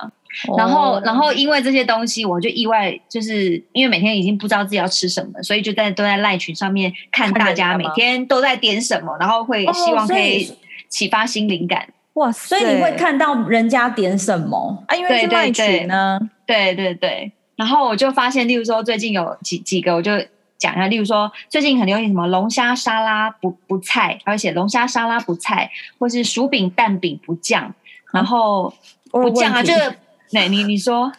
Speaker 1: 然后，
Speaker 2: 哦
Speaker 1: 然后因为这些东西，我就意外，就是因为每天已经不知道自己要吃什么，所以就在都在赖群上面看
Speaker 2: 看
Speaker 1: 大
Speaker 2: 人家
Speaker 1: 家
Speaker 2: 吗
Speaker 1: 每天都在点什么，然后会
Speaker 3: 哦
Speaker 1: 希望可以
Speaker 3: 所以
Speaker 1: 启发新灵感。
Speaker 2: 哇塞，
Speaker 3: 所以你会看到人家点什么，
Speaker 2: 啊？因为是
Speaker 1: 对对
Speaker 2: Line
Speaker 1: 对
Speaker 2: 群呢、
Speaker 1: 对对对。然后我就发现，例如说最近有几几个，我就讲一下，例如说最近很流行什么龙虾沙拉不不菜，而且龙虾沙拉不菜，或是薯饼蛋饼不酱，然后。
Speaker 3: 我有
Speaker 1: 不酱啊，
Speaker 3: 问
Speaker 1: 这
Speaker 3: 题
Speaker 1: 个，那你你说，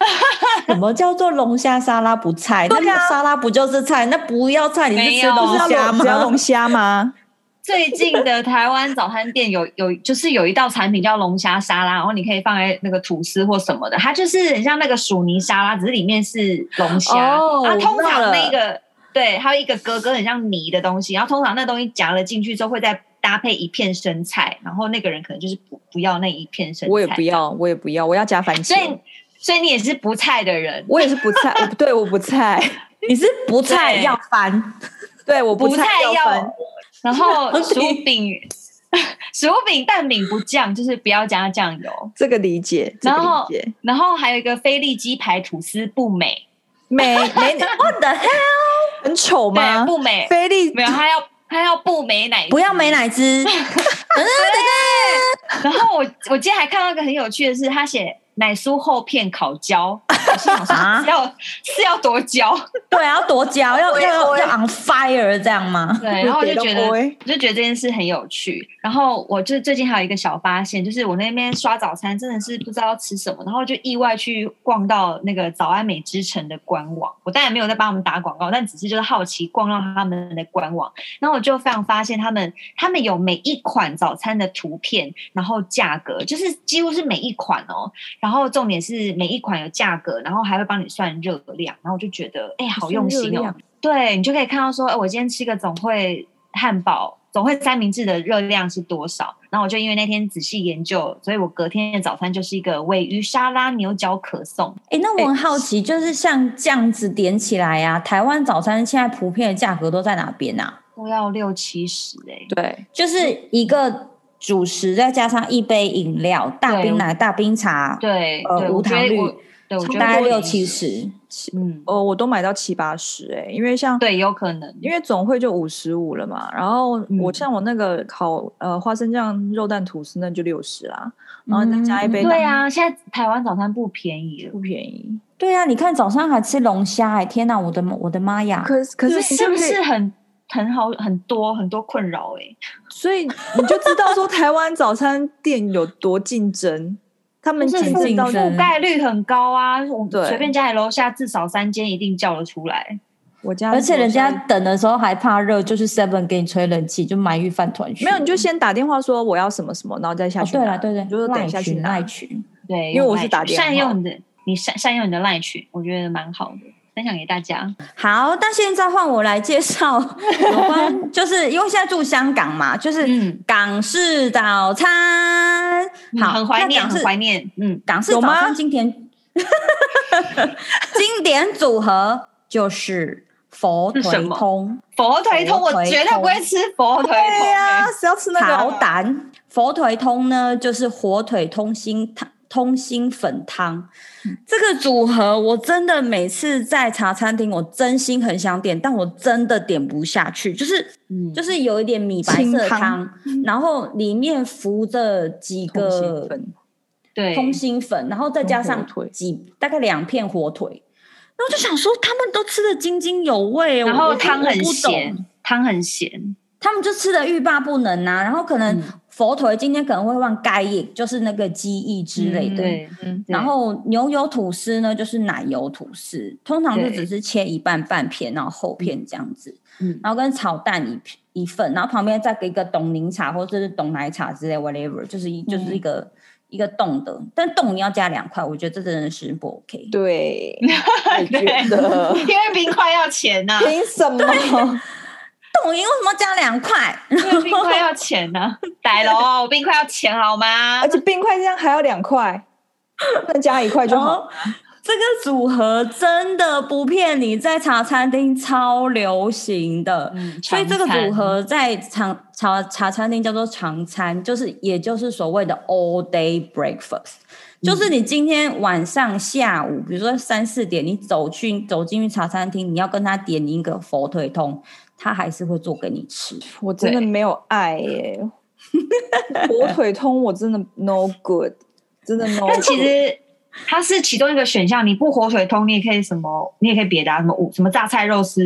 Speaker 3: 什么叫做龙虾沙拉不菜？那个沙拉不就是菜？那不要菜，你
Speaker 1: 没
Speaker 3: 是吃
Speaker 1: 有
Speaker 2: 不
Speaker 3: 龙
Speaker 2: 是
Speaker 3: 虾
Speaker 2: 要龙只要
Speaker 3: 吗
Speaker 2: 龙？虾吗？
Speaker 1: 最近的台湾早餐店有有就是有一道产品叫龙虾沙拉，然后你可以放在那个吐司或什么的，它就是很像那个薯泥沙拉，只是里面是龙虾。
Speaker 2: 哦
Speaker 1: 它
Speaker 2: 我
Speaker 1: 通
Speaker 2: 知道
Speaker 1: 常
Speaker 2: 了
Speaker 1: 那个对，还有一个格格很像泥的东西，然后通常那东西夹了进去之后会再搭配一片生菜，然后那个人可能就是不不要那一片生菜，
Speaker 2: 我也不，要，我也不要，我要加番
Speaker 1: 所以
Speaker 2: 茄。
Speaker 1: 所以你也是不菜的人，
Speaker 2: 我也是不菜，我不对，我不菜，
Speaker 3: 你是不菜
Speaker 1: 对
Speaker 3: 要翻，
Speaker 2: 对，我
Speaker 1: 不
Speaker 2: 菜
Speaker 1: 要
Speaker 2: 分。，
Speaker 1: 然 后薯
Speaker 3: 底
Speaker 1: 饼、 薯饼、蛋饼不酱，就是不要加酱油。
Speaker 2: 这个理解，这个
Speaker 1: 然后
Speaker 2: 理解。
Speaker 1: 然后还有一个菲力鸡排吐司不美，
Speaker 2: 美美
Speaker 3: 我的
Speaker 2: 很丑吗
Speaker 1: 对，？不美，
Speaker 2: 啊菲力
Speaker 1: 没有，它要它要不美奶，
Speaker 3: 不要美。奶 汁，
Speaker 1: 然后我我今天还看到一个很有趣的是，他写奶酥厚片烤焦，我心想
Speaker 3: 啊
Speaker 1: 说是要是要多焦？
Speaker 3: 对啊，要多焦，要
Speaker 2: 对
Speaker 3: 要
Speaker 2: 对
Speaker 3: 要 on fire 这样吗？
Speaker 1: 对，然后我就觉
Speaker 2: 别的欸
Speaker 1: 得
Speaker 2: 不会
Speaker 1: 我就觉得这件事很有趣。然后我就最近还有一个小发现，就是我那边刷早餐真的是不知道要吃什么，然后就意外去逛到那个早安美之城的官网。我当然没有在帮他们打广告，但只是就是好奇逛到他们的官网，然后我就非常发现他们他们有每一款早餐的图片，然后价格就是几乎是每一款哦。然后重点是每一款有价格，然后还会帮你算热量，然后我就觉得哎、好用
Speaker 2: 算热
Speaker 1: 心哦
Speaker 2: 量。
Speaker 1: 对你就可以看到说，哎、我今天吃个总会汉堡、总会三明治的热量是多少。然后我就因为那天仔细研究，所以我隔天的早餐就是一个尾鱼沙拉牛角可颂。
Speaker 3: 哎、那我很好奇，就是像这样子点起来啊，台湾早餐现在普遍的价格都在哪边啊？
Speaker 1: 都要六七十哎，
Speaker 2: 对，
Speaker 3: 就是一个主食，再加上一杯饮料，大
Speaker 1: 对
Speaker 3: 冰奶、大冰茶，
Speaker 1: 对
Speaker 3: 呃
Speaker 1: 对，
Speaker 3: 无
Speaker 1: 我觉
Speaker 3: 糖
Speaker 1: 得
Speaker 3: 绿
Speaker 1: 我对我觉得
Speaker 3: 大概
Speaker 1: 我
Speaker 3: 六
Speaker 1: 便
Speaker 3: 七，
Speaker 1: 宜
Speaker 3: 十。
Speaker 1: 嗯，
Speaker 2: 哦，我都买到七八十哎，因为像
Speaker 1: 对，有可能，
Speaker 2: 因为总会就五十五了嘛，然后我
Speaker 1: 嗯
Speaker 2: 像我那个烤呃花生酱肉蛋吐司那就六十啦，然后再加一杯
Speaker 3: 嗯
Speaker 2: 蛋
Speaker 1: 啊对啊，现在台湾早餐不便宜了
Speaker 2: 不。便宜。
Speaker 3: 对啊，你看早上还吃龙虾、哎，天哪，我的我的妈呀！
Speaker 2: 可是可是你
Speaker 1: 是
Speaker 2: 就
Speaker 1: 不
Speaker 2: 可以
Speaker 1: 是很很好很多很多困扰哎、
Speaker 2: 所以你就知 道说台湾早餐店有多竞争，他们
Speaker 1: 就是
Speaker 2: 竞
Speaker 1: 覆
Speaker 2: 争到
Speaker 3: 竞争
Speaker 1: 覆盖率很高啊，我
Speaker 2: 对
Speaker 1: 随便家里楼下至少三间一定叫得出来。
Speaker 2: 我家楼下，
Speaker 3: 而且人家等的时候还怕热，就是 Seven 给你吹冷气，就买预饭团去。
Speaker 2: 没有，你就先打电话说我要什么什么，然后再下
Speaker 3: 哦，
Speaker 2: 去
Speaker 3: 对
Speaker 2: 拿。
Speaker 3: 了，对对，
Speaker 2: 你就说等一下
Speaker 3: 赖
Speaker 2: 去
Speaker 3: 群
Speaker 2: 拿
Speaker 3: 赖。群，
Speaker 1: 对，
Speaker 2: 因为
Speaker 1: 用
Speaker 2: 我是
Speaker 1: LINE
Speaker 2: 打
Speaker 1: 群
Speaker 2: 电话
Speaker 1: 善用你的你善善用你的赖群，我觉得蛮好的，分享给大家。
Speaker 3: 好，那现在换我来介绍 有 关，就是因为现在住香港嘛，就是
Speaker 1: 嗯
Speaker 3: 港式早餐。
Speaker 1: 嗯
Speaker 3: 好，
Speaker 1: 很怀
Speaker 3: 那
Speaker 1: 念，
Speaker 3: 港
Speaker 1: 很
Speaker 3: 式
Speaker 1: 怀念。嗯，
Speaker 3: 港式
Speaker 2: 有
Speaker 3: 早
Speaker 2: 吗
Speaker 3: 餐经典 经典组合就是佛
Speaker 1: 是什
Speaker 3: 腿
Speaker 1: 么
Speaker 3: 通、
Speaker 1: 佛腿通
Speaker 3: 佛
Speaker 1: 我
Speaker 3: 腿
Speaker 1: 绝对不会吃佛
Speaker 2: 对
Speaker 1: 腿通、
Speaker 2: 呀、
Speaker 1: 啊。
Speaker 2: 谁要吃那个
Speaker 3: 炒
Speaker 2: 啊？
Speaker 3: 蛋。佛腿通呢，就是火腿通心汤、通心粉汤。这个组合，我真的每次在茶餐厅，我真心很想点，但我真的点不下去，就是
Speaker 1: 嗯，
Speaker 3: 就是有一点米白
Speaker 2: 清
Speaker 3: 色的
Speaker 2: 汤
Speaker 3: 汤，然后里面浮着几
Speaker 2: 通
Speaker 3: 个
Speaker 2: 心粉
Speaker 1: 对，
Speaker 3: 通心粉，然后再加上
Speaker 2: 跟火腿
Speaker 3: 几大概两片火腿。然后就想说，他们都吃的津津有味，
Speaker 1: 然
Speaker 3: 我
Speaker 1: 后
Speaker 3: 我
Speaker 1: 汤
Speaker 3: 我
Speaker 1: 很
Speaker 3: 不懂
Speaker 1: 咸，汤很咸。
Speaker 3: 他们就吃的欲罢不能啊，然后可能
Speaker 1: 嗯
Speaker 3: 佛腿今天可能会换盖叶，就是那个鸡翼之类的。
Speaker 2: 嗯
Speaker 1: 对，
Speaker 2: 嗯，
Speaker 3: 然后牛油吐司呢，就是奶油吐司，通常就
Speaker 1: 对
Speaker 3: 只是切一半半片，然后厚片这样子，
Speaker 1: 嗯
Speaker 3: 然后跟炒蛋一片一份，然后旁边再给一个冻柠茶或者是冻奶茶之类，whatever，就是一就是一个、一个冻的，但冻你要加两块，我觉得这真的是不 OK。
Speaker 2: 对，我觉得
Speaker 1: 因为冰块要钱呐、
Speaker 2: 凭什么？
Speaker 3: 冻你为什么加两块？
Speaker 1: 因为冰块要钱呐、啊，歹楼，冰块要钱好 吗
Speaker 2: 而？且冰块这样还要两块，那加一块就
Speaker 3: 然
Speaker 2: 好
Speaker 3: 后。这个组合真的不骗你，在茶餐厅超流行的，
Speaker 1: 嗯，
Speaker 3: 所以这个
Speaker 1: 常
Speaker 3: 组
Speaker 1: 餐
Speaker 3: 合在长茶茶餐厅叫做常餐，就是也就是所谓的 all day breakfast，就是
Speaker 1: 嗯
Speaker 3: 你今天晚上下午，比如说三四点，你走去走进去茶餐厅，你要跟他点一个火腿通，他还是会做给你吃。
Speaker 2: 我真的
Speaker 1: 对
Speaker 2: 没有 爱耶、火腿通我真的 no good，真的 no
Speaker 1: 但
Speaker 2: good。
Speaker 1: 其实它是其中一个选项，你不火腿通，你也可以什么，你也可以别的、啊、什么五什么榨菜肉丝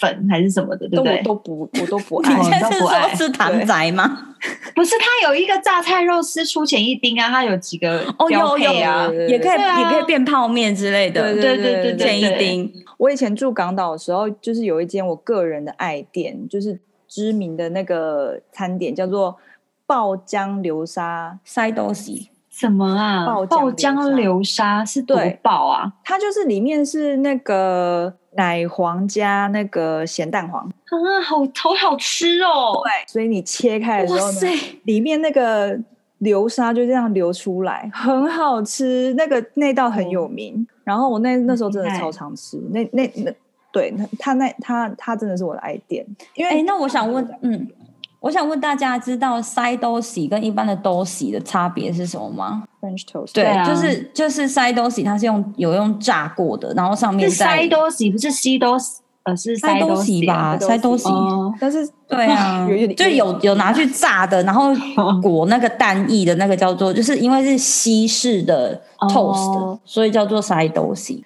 Speaker 1: 粉还是什么的，对
Speaker 2: 都
Speaker 1: 不对
Speaker 2: 我？都不我都 不
Speaker 3: 你
Speaker 1: 哦
Speaker 2: 爱。
Speaker 3: 现
Speaker 1: 你都
Speaker 3: 在是
Speaker 1: 不爱
Speaker 3: 说是唐宅吗？
Speaker 1: 不是，它有一个榨菜肉丝出前一丁啊，它有几个
Speaker 3: 哦，
Speaker 1: 标
Speaker 3: 有有
Speaker 1: 配啊，
Speaker 3: 也可以、
Speaker 1: 对啊
Speaker 3: 也可以变泡面之类的，
Speaker 1: 对对对对
Speaker 3: 前一
Speaker 1: 对
Speaker 3: 丁。
Speaker 2: 我以前住港岛的时候，就是有一间我个人的爱店，就是知名的那个餐点叫做爆浆流沙，
Speaker 3: 塞东西，
Speaker 1: 什么啊？
Speaker 2: 爆
Speaker 1: 爆
Speaker 2: 浆
Speaker 1: 浆流沙是多
Speaker 2: 对
Speaker 1: 爆啊！
Speaker 2: 它就是里面是那个奶黄加那个咸蛋黄，
Speaker 1: 啊，好好好吃哦！
Speaker 2: 所以你切开的时
Speaker 3: 哇
Speaker 2: 候呢
Speaker 3: 塞，，
Speaker 2: 里面那个流沙就这样流出来，很好吃。那个那道很有名，然后我那那时候真的
Speaker 1: 厉害
Speaker 2: 超常吃。那那那，对，那他那他他真的是我的爱店，因
Speaker 3: 哎、
Speaker 2: 为
Speaker 3: 那我想问，嗯，我想问大家知道塞东西跟一般的东西的差别是什么吗？
Speaker 2: French toast
Speaker 3: 对，
Speaker 1: 对啊
Speaker 3: 就是就是塞东西，它是用有用炸过的，然后上面
Speaker 1: 是塞
Speaker 3: 再
Speaker 1: 多西，不是西多西，呃，是
Speaker 3: 塞
Speaker 1: 多
Speaker 3: 东西
Speaker 1: 西
Speaker 3: 吧，
Speaker 2: 塞
Speaker 3: 塞
Speaker 2: 多
Speaker 3: 东
Speaker 2: 西
Speaker 3: 西。
Speaker 1: 哦，
Speaker 2: 但是，
Speaker 3: 对啊
Speaker 2: 有有点
Speaker 3: 就有有拿去炸的，然后裹那个蛋液的那个叫做，就是因为是西式的
Speaker 1: 哦
Speaker 3: toast，、所以叫做塞东西。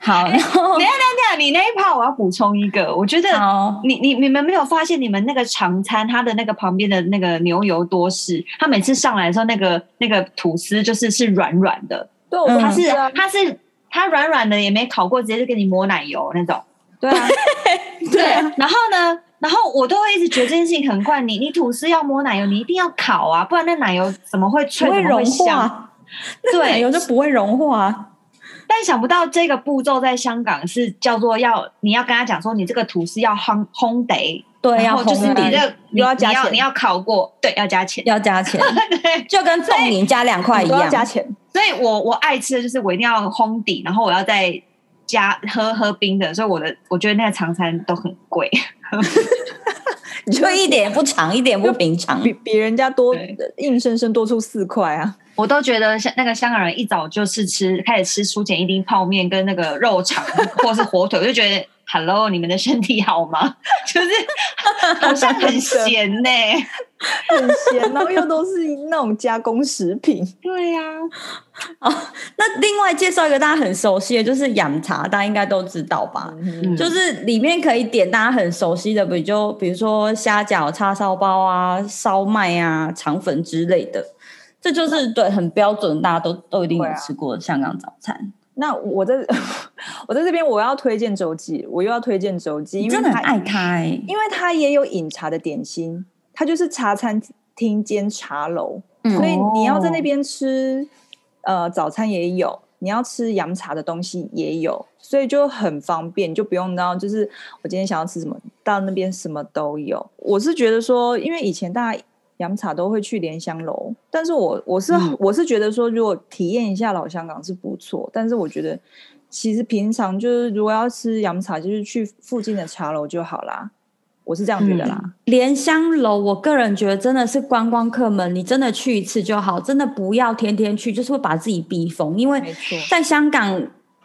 Speaker 3: 好，然后
Speaker 1: 等一下等一下，你哎那一趴我要补充一个，我觉得
Speaker 3: 好，
Speaker 1: 你你你们没有发现你们那个常餐，它的那个旁边的那个牛油多士，它每次上来的时候，那个那个吐司就是是软软的，
Speaker 2: 对，我
Speaker 3: 嗯
Speaker 1: 它
Speaker 2: 他
Speaker 1: 是、
Speaker 2: 是啊，
Speaker 1: 它是它软软的，也没烤过，直接就给你抹奶油那种。
Speaker 2: 对啊，
Speaker 1: 对，啊然后呢，然后我都会一直觉得这件事情很怪，你你吐司要抹奶油，你一定要烤啊，不然那奶油怎么会脆，
Speaker 3: 不会
Speaker 1: 怎么
Speaker 3: 融
Speaker 1: 会 香？
Speaker 3: 化，
Speaker 1: 对
Speaker 3: 奶油就不会融化。啊
Speaker 1: 但想不到这个步骤在香港是叫做要你要跟他讲说，你这个吐司要烘烘得，
Speaker 3: 对
Speaker 1: 然
Speaker 3: 要
Speaker 1: 后就是
Speaker 3: 烘
Speaker 1: 你
Speaker 3: 干
Speaker 1: 这个你
Speaker 2: 又要加
Speaker 1: 你要
Speaker 2: 钱
Speaker 1: 你要烤过，对，要加钱。
Speaker 3: 要加钱，
Speaker 1: 对，
Speaker 3: 就跟凤梨加两块一
Speaker 2: 都要
Speaker 3: 样。
Speaker 2: 加钱，
Speaker 1: 所以我我爱吃的就是我一定要烘底，然后我要再加喝喝冰的，所以我的我觉得那个常餐都很贵。
Speaker 3: 就一点也不长，一点也不平常。
Speaker 2: 比比人家多
Speaker 1: 对
Speaker 2: 硬生生多出四块啊！
Speaker 1: 我都觉得像那个香港人一早就是吃开始吃苏简一丁泡面跟那个肉肠或是火腿，我就觉得 Hello，你们的身体好吗？ 就是好像很咸呢、
Speaker 2: 很咸，然后又都是那种加工食品。
Speaker 1: 对呀、
Speaker 3: 那另外介绍一个大家很熟悉的，就是养茶，大家应该都知道吧？
Speaker 1: 嗯
Speaker 3: 就是里面可以点大家很熟悉的，比就比如说虾饺、叉烧包啊、烧麦啊、肠粉之类的，这就是对很标准，大家都都一定有
Speaker 2: 会啊
Speaker 3: 吃过的香港早餐。
Speaker 2: 那我在 我在这边我要推荐周记，我又要推荐周记，
Speaker 3: 你
Speaker 2: 因为
Speaker 3: 真的很
Speaker 2: 它
Speaker 3: 爱它哎、
Speaker 2: 因为它也有饮茶的点心，它就是茶餐厅兼茶楼，
Speaker 3: 嗯
Speaker 2: 所以你要在
Speaker 1: 哦
Speaker 2: 那边吃，呃，早餐也有，你要吃洋茶的东西也有，所以就很方便，你就不用到就是我今天想要吃什么，到那边什么都有。我是觉得说，因为以前大家。洋茶都会去莲香楼，但是我我是、
Speaker 1: 嗯
Speaker 2: 我是觉得说，如果体验一下老香港是不错，但是我觉得其实平常就是如果要吃洋茶，就是去附近的茶楼就好啦。我是这样觉得啦。
Speaker 3: 莲香楼，我个人觉得真的是观光客们，你真的去一次就好，真的不要天天去，就是会把自己逼疯。因为
Speaker 2: 没错
Speaker 3: 在香港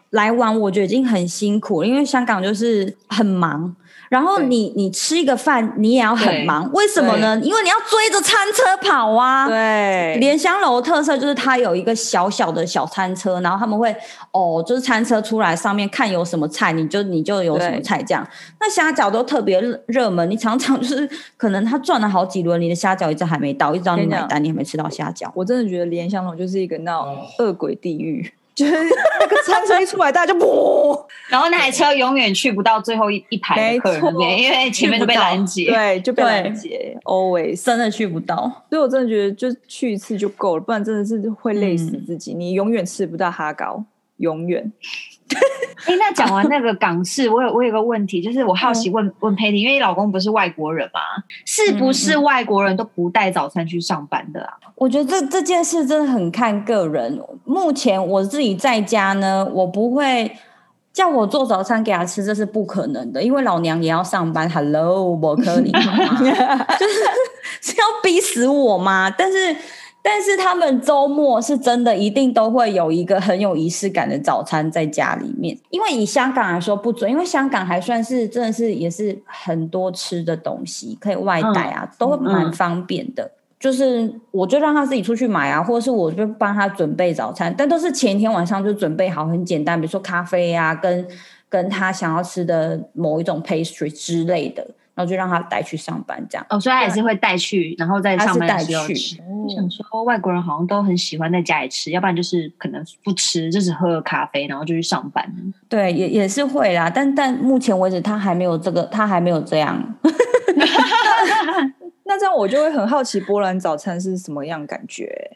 Speaker 3: 来玩，我觉得已经很辛苦了，因为香港就是很忙。然后
Speaker 2: 对
Speaker 3: 你你吃一个饭，你也要很
Speaker 1: 对
Speaker 3: 忙，为什么呢？因为你要追着餐车跑啊。
Speaker 2: 对
Speaker 3: 莲香楼的特色就是它有一个小小的小餐车，然后他们会哦，就是餐车出来上面看有什么菜，你就你就有什么
Speaker 2: 对
Speaker 3: 菜这样。那虾饺都特别热热门，你常常就是可能他转了好几轮，你的虾饺一直还没到，一直到你
Speaker 2: 跟你
Speaker 3: 买
Speaker 2: 讲
Speaker 3: 单，你还没吃到虾饺。
Speaker 2: 我真的觉得莲香楼就是一个那种恶鬼地狱，就是那个餐车一出来，大家就噗，
Speaker 1: 然后那台车永远去不到最后一一排的客人那边，
Speaker 2: 没
Speaker 1: 因为前面都被拦截。
Speaker 2: 对，就被
Speaker 3: 对
Speaker 2: 拦截，always。
Speaker 3: 真的去不到，
Speaker 2: 所以我真的觉得就去一次就够了，不然真的是会累死自己，你永远吃不到哈高，永远。
Speaker 1: 哎、那讲完那个港式， 我有我有个问题，就是我好奇问、问佩蒂，因为老公不是外国人嘛，是不是外国人都不带早餐去上班的啊？
Speaker 3: 我觉得这这件事真的很看个人。目前我自己在家呢，我不会叫我做早餐给他吃，这是不可能的，因为老娘也要上班。Hello，我可以吗？ 是要逼死我吗？但是，但是他们周末是真的一定都会有一个很有仪式感的早餐在家里面，因为以香港来说不准，因为香港还算是真的是也是很多吃的东西可以外带啊，都蛮方便的。就是我就让他自己出去买啊，或者是我就帮他准备早餐，但都是前一天晚上就准备好，很简单，比如说咖啡啊，跟跟他想要吃的某一种 pastry 之类的，然后就让他带去上班这样。
Speaker 1: 哦，所以他也是会带去，然后在上班
Speaker 3: 他
Speaker 1: 的
Speaker 3: 是带
Speaker 1: 时候
Speaker 3: 去
Speaker 1: 吃。嗯我想说，外国人好像都很喜欢在家里吃，要不然就是可能不吃，就只喝咖啡，然后就去上班。
Speaker 3: 对，也也是会啦，但但目前为止他还没有这个，他还没有这样。
Speaker 2: 那这样我就会很好奇波兰早餐是什么样感觉。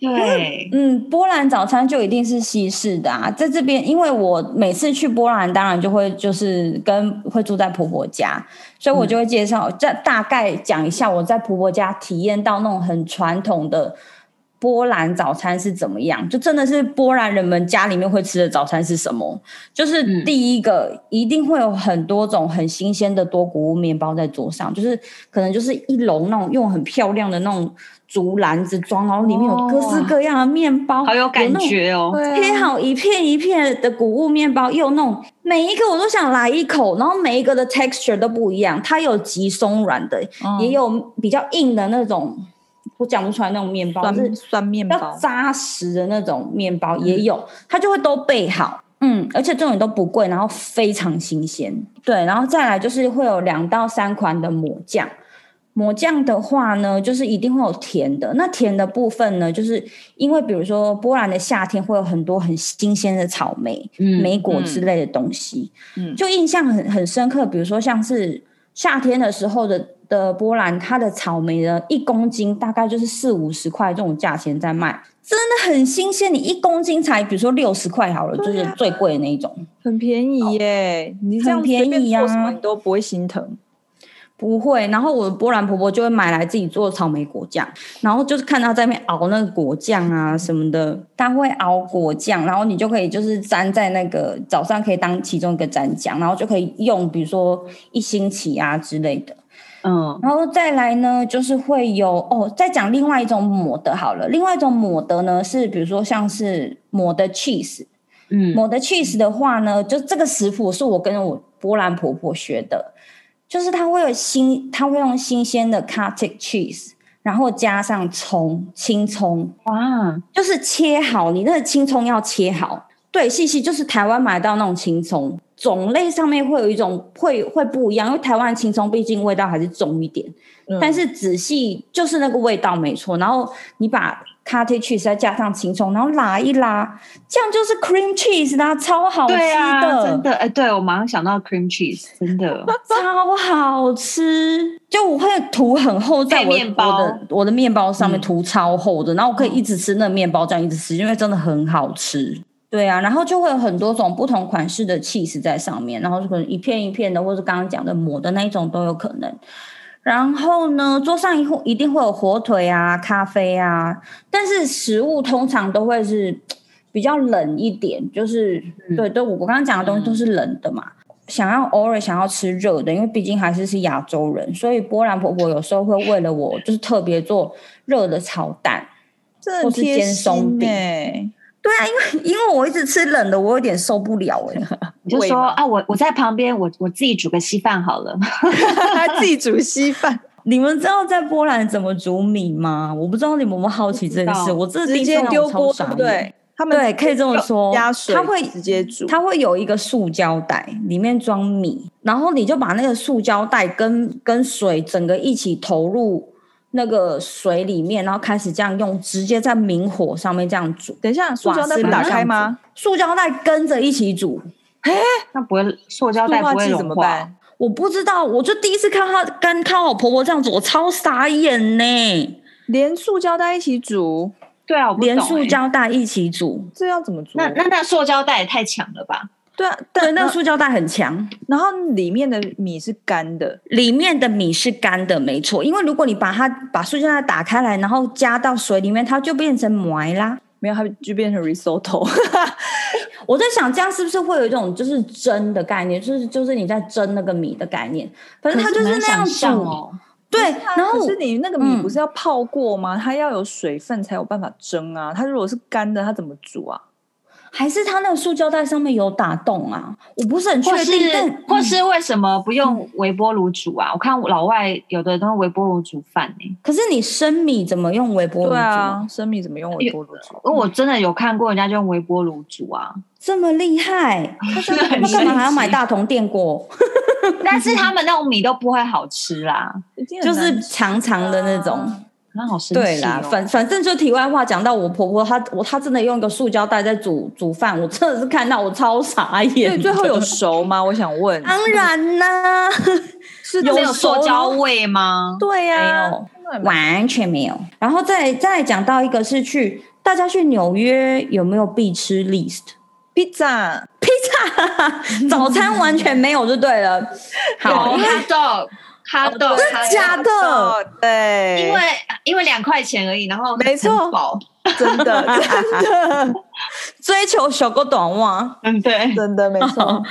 Speaker 1: 对，
Speaker 3: 嗯，波兰早餐就一定是西式的啊，在这边，因为我每次去波兰，当然就会就是跟会住在婆婆家，所以我就会介绍，再、大概讲一下我在婆婆家体验到那种很传统的波兰早餐是怎么样，就真的是波兰人们家里面会吃的早餐是什么。就是
Speaker 1: 嗯
Speaker 3: 第一个、一定会有很多种很新鲜的多谷物面包在桌上，就是可能就是一笼那种用很漂亮的那种竹篮子装，然后里面有各式各样的面包，
Speaker 1: 好有感
Speaker 3: 那种
Speaker 1: 觉哦。
Speaker 2: 对啊
Speaker 3: 切好一片一片的谷物面包，又弄每一个我都想来一口，然后每一个的 texture 都不一样，它有极松软的，
Speaker 1: 哦
Speaker 2: 啊，
Speaker 3: 也有比较硬的那种，我讲不出来那种面包，就是
Speaker 2: 酸酸面
Speaker 3: 要
Speaker 2: 包，嗯
Speaker 3: 扎实的那种面包也有，它就会都备好。嗯，而且这种都不贵，然后非常新鲜。对，然后再来就是会有两到三款的抹酱。抹酱的话呢，就是一定会有甜的。那甜的部分呢，就是因为比如说波兰的夏天会有很多很新鲜的草莓、
Speaker 1: 嗯
Speaker 3: 莓果之类的东西，
Speaker 2: 嗯
Speaker 3: 就印象很很深刻。比如说像是夏天的时候的的波兰，它的草莓呢，一公斤大概就是四五十块这种价钱在卖，真的很新鲜。你一公斤才比如说六十块好了，就是
Speaker 1: 啊
Speaker 3: 最贵的那一种，
Speaker 2: 很便宜耶！你这样
Speaker 3: 很便
Speaker 2: 随便
Speaker 3: 宜
Speaker 2: 做什
Speaker 3: 啊
Speaker 2: 么你都不会心疼。
Speaker 3: 不会。然后我的波兰婆婆就会买来自己做草莓果酱，然后就是看她在那边熬那个果酱啊什么的，她会熬果酱，然后你就可以就是沾在那个早上可以当其中一个蘸酱，然后就可以用比如说一星期啊之类的。
Speaker 1: 嗯，
Speaker 3: 然后再来呢，就是会有哦，再讲另外一种抹的好了。另外一种抹的呢，是比如说像是抹的 cheese，
Speaker 1: 嗯
Speaker 3: 抹的 cheese 的话呢，就这个食谱是我跟我波兰婆婆学的，就是她会有新，她会用新鲜的 cottage cheese，然后加上葱，青葱，
Speaker 1: 哇，
Speaker 3: 就是切好，你那个青葱要切好，对，细细就是台湾买到那种青葱，种类上面会有一种会会不一样，因为台湾的青葱毕竟味道还是重一点，
Speaker 2: 嗯
Speaker 3: 但是仔细就是那个味道没错。然后你把 cottage cheese 再加上青葱，然后拉一拉，这样就是 cream cheese 啦，超好吃
Speaker 1: 对啊，真
Speaker 3: 的
Speaker 1: 的，哎、对我马上想到 cream cheese，真 的，
Speaker 3: 超好吃。就我会涂很厚在
Speaker 1: 配
Speaker 3: 我
Speaker 1: 面包
Speaker 3: 我的我的面包上面
Speaker 1: 嗯哦
Speaker 3: 涂超厚的，然后我可以一直吃那个面包，这样一直吃，因为真的很好吃。对啊，然后就会有很多种不同款式的 cheese 在上面，然后就可能一片一片的，或是刚刚讲的抹的那一种都有可能。然后呢，桌上一会一定会有火腿啊、咖啡啊，但是食物通常都会是比较冷一点，就是、
Speaker 1: 嗯
Speaker 3: 对对，我我刚刚讲的东西都是冷的嘛。想要偶尔想要吃热的，因为毕竟还是是亚洲人，所以波兰婆婆有时候会为了我，就是特别做热的炒蛋。
Speaker 2: 这
Speaker 3: 或
Speaker 2: 很
Speaker 3: 是
Speaker 2: 贴
Speaker 3: 煎松
Speaker 2: 心
Speaker 3: 饼
Speaker 2: 哎，
Speaker 3: 对啊， 因为因为我一直吃冷的，我有点受不了哎、
Speaker 1: 你就
Speaker 2: 味
Speaker 1: 说
Speaker 2: 吗
Speaker 1: 啊，我我在旁边，我我自己煮个稀饭好了。
Speaker 2: 自己煮 稀饭，
Speaker 3: 你们知道在波兰怎么煮米吗？我不知道你们有没有好奇这件
Speaker 1: 不知
Speaker 3: 事，
Speaker 1: 道
Speaker 3: 我真的
Speaker 2: 直
Speaker 3: 第一次
Speaker 2: 接
Speaker 3: 让我
Speaker 2: 丢
Speaker 3: 超
Speaker 2: 锅，
Speaker 3: 傻
Speaker 2: 对不
Speaker 3: 眼
Speaker 2: 对？他们
Speaker 3: 对，可以这么说。
Speaker 2: 加水，
Speaker 3: 它会
Speaker 2: 直接煮，
Speaker 3: 它会有一个塑胶袋，里面装米，然后你就把那个塑胶袋跟跟水整个一起投入那个水里面，然后开始这样用，直接在明火上面这样煮，
Speaker 2: 等一下，塑胶
Speaker 3: 瓦斯
Speaker 2: 袋不
Speaker 3: 炉
Speaker 2: 打
Speaker 3: 这
Speaker 2: 开
Speaker 3: 样
Speaker 2: 吗？
Speaker 3: 塑胶袋跟着一起煮。
Speaker 1: 那不会，塑胶
Speaker 2: 塑
Speaker 1: 袋
Speaker 2: 化
Speaker 1: 不会
Speaker 2: 剂
Speaker 1: 融
Speaker 2: 怎么
Speaker 1: 化
Speaker 2: 办？
Speaker 3: 我不知道，我就第一次看她跟看我婆婆这样煮，我超傻眼呢、
Speaker 2: 连塑胶袋一起煮，
Speaker 1: 对啊，我不懂、
Speaker 3: 连塑
Speaker 1: 欸
Speaker 3: 胶袋一起煮。
Speaker 2: 这要怎么煮？
Speaker 1: 那那那塑胶袋也太强了吧？
Speaker 2: 对啊，
Speaker 3: 对，
Speaker 2: 但
Speaker 3: 那
Speaker 2: 那
Speaker 3: 个塑胶袋很强，
Speaker 2: 然后里面的米是干的，
Speaker 3: 里面的米是干的，没错。因为如果你把它把塑胶袋打开来，然后加到水里面，它就变成埋啦。
Speaker 2: 没有它就变成 risotto。
Speaker 3: 我在想，这样是不是会有一种就是蒸的概念，就是就是你在蒸那个米的概念，反正它就是那样
Speaker 1: 可是很难想象
Speaker 3: 煮。
Speaker 1: 哦。
Speaker 3: 对，然后
Speaker 2: 可是你那个米
Speaker 3: 嗯
Speaker 2: 不是要泡过吗？它要有水分才有办法蒸啊。它如果是干的，它怎么煮啊？
Speaker 3: 还是它那个塑胶袋上面有打洞啊，我不是很确
Speaker 1: 或是
Speaker 3: 定。但
Speaker 1: 或
Speaker 3: 嗯
Speaker 1: 是为什么不用微波炉煮啊？我看老外有的都用微波炉煮饭欸呢、
Speaker 3: 可是你生米怎么用微波炉煮
Speaker 2: 对
Speaker 3: 啊？
Speaker 2: 啊，生米怎么用微波炉煮？
Speaker 1: 因为我真的有看过人家就用微波炉煮啊，
Speaker 3: 这么厉害，
Speaker 1: 很
Speaker 3: 那干嘛
Speaker 1: 神
Speaker 3: 还要买
Speaker 1: 奇？
Speaker 3: 大同电锅？
Speaker 1: 但是他们那种米都不会好吃啦，
Speaker 2: 一定很
Speaker 3: 就
Speaker 2: 难
Speaker 3: 是长长的那种。
Speaker 2: 啊
Speaker 1: 那好神奇、哦。
Speaker 3: 对啦，反反正就题外话讲到我婆婆，她我她真的用一个塑胶袋在煮煮饭，我真的是看到我超傻眼
Speaker 2: 所
Speaker 3: 的。
Speaker 2: 以最后有熟吗？我想 问，
Speaker 3: 当然啦，
Speaker 2: 是
Speaker 1: 没有
Speaker 2: 有
Speaker 1: 塑
Speaker 2: 熟
Speaker 1: 胶
Speaker 2: 吗？
Speaker 1: 味吗？
Speaker 2: 对呀、啊，
Speaker 3: 完全没有。然后再再讲到一个是去大家去纽约有没有必吃 list？
Speaker 2: 披萨
Speaker 3: 早餐完全没有就对哦了。好，因为
Speaker 1: 哈豆哈豆，
Speaker 3: 假的，，
Speaker 2: 对，
Speaker 1: 因为因为两块钱而已，然后
Speaker 2: 没错
Speaker 1: 很饱，
Speaker 2: 真的真的
Speaker 3: 追求小个短袜，
Speaker 1: 嗯对，
Speaker 2: 真的没
Speaker 3: 哦
Speaker 2: 错，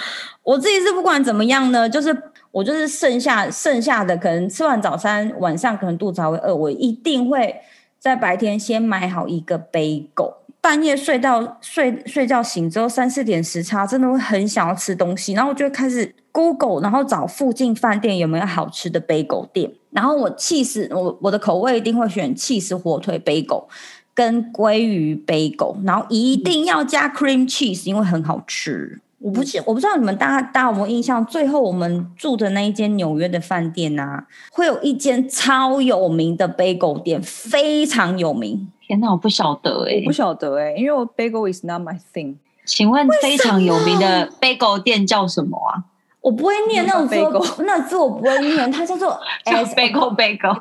Speaker 3: 我自己是不管怎么样呢，就是。我就是剩下剩下的，可能吃完早餐，晚上可能肚子还会饿，我一定会在白天先买好一个杯狗，半夜睡到睡睡觉醒之后三四点时差，真的会很想要吃东西，然后我就开始 Google，然后找附近饭店有没有好吃的杯狗店，然后我气死我我的口味一定会选气死火腿杯狗跟鲑鱼杯狗，然后一
Speaker 1: 嗯
Speaker 3: 定要加 cream cheese，因为很好吃。我不是我不知道你们大家大家有没有印象，最后我们住的那一间纽约的饭店啊，会有一间超有名的杯狗店，非常有名。
Speaker 1: 天哪，我不晓得哎、
Speaker 2: 我不晓得哎、因为我 bagel is not my thing，
Speaker 1: 请问非常有名的 bagel 店叫什么啊？
Speaker 3: 我不会念那种字
Speaker 2: 嗯
Speaker 3: 我，那种字我不会念，它叫 做
Speaker 1: 叫
Speaker 3: as a-
Speaker 1: bagel bagel，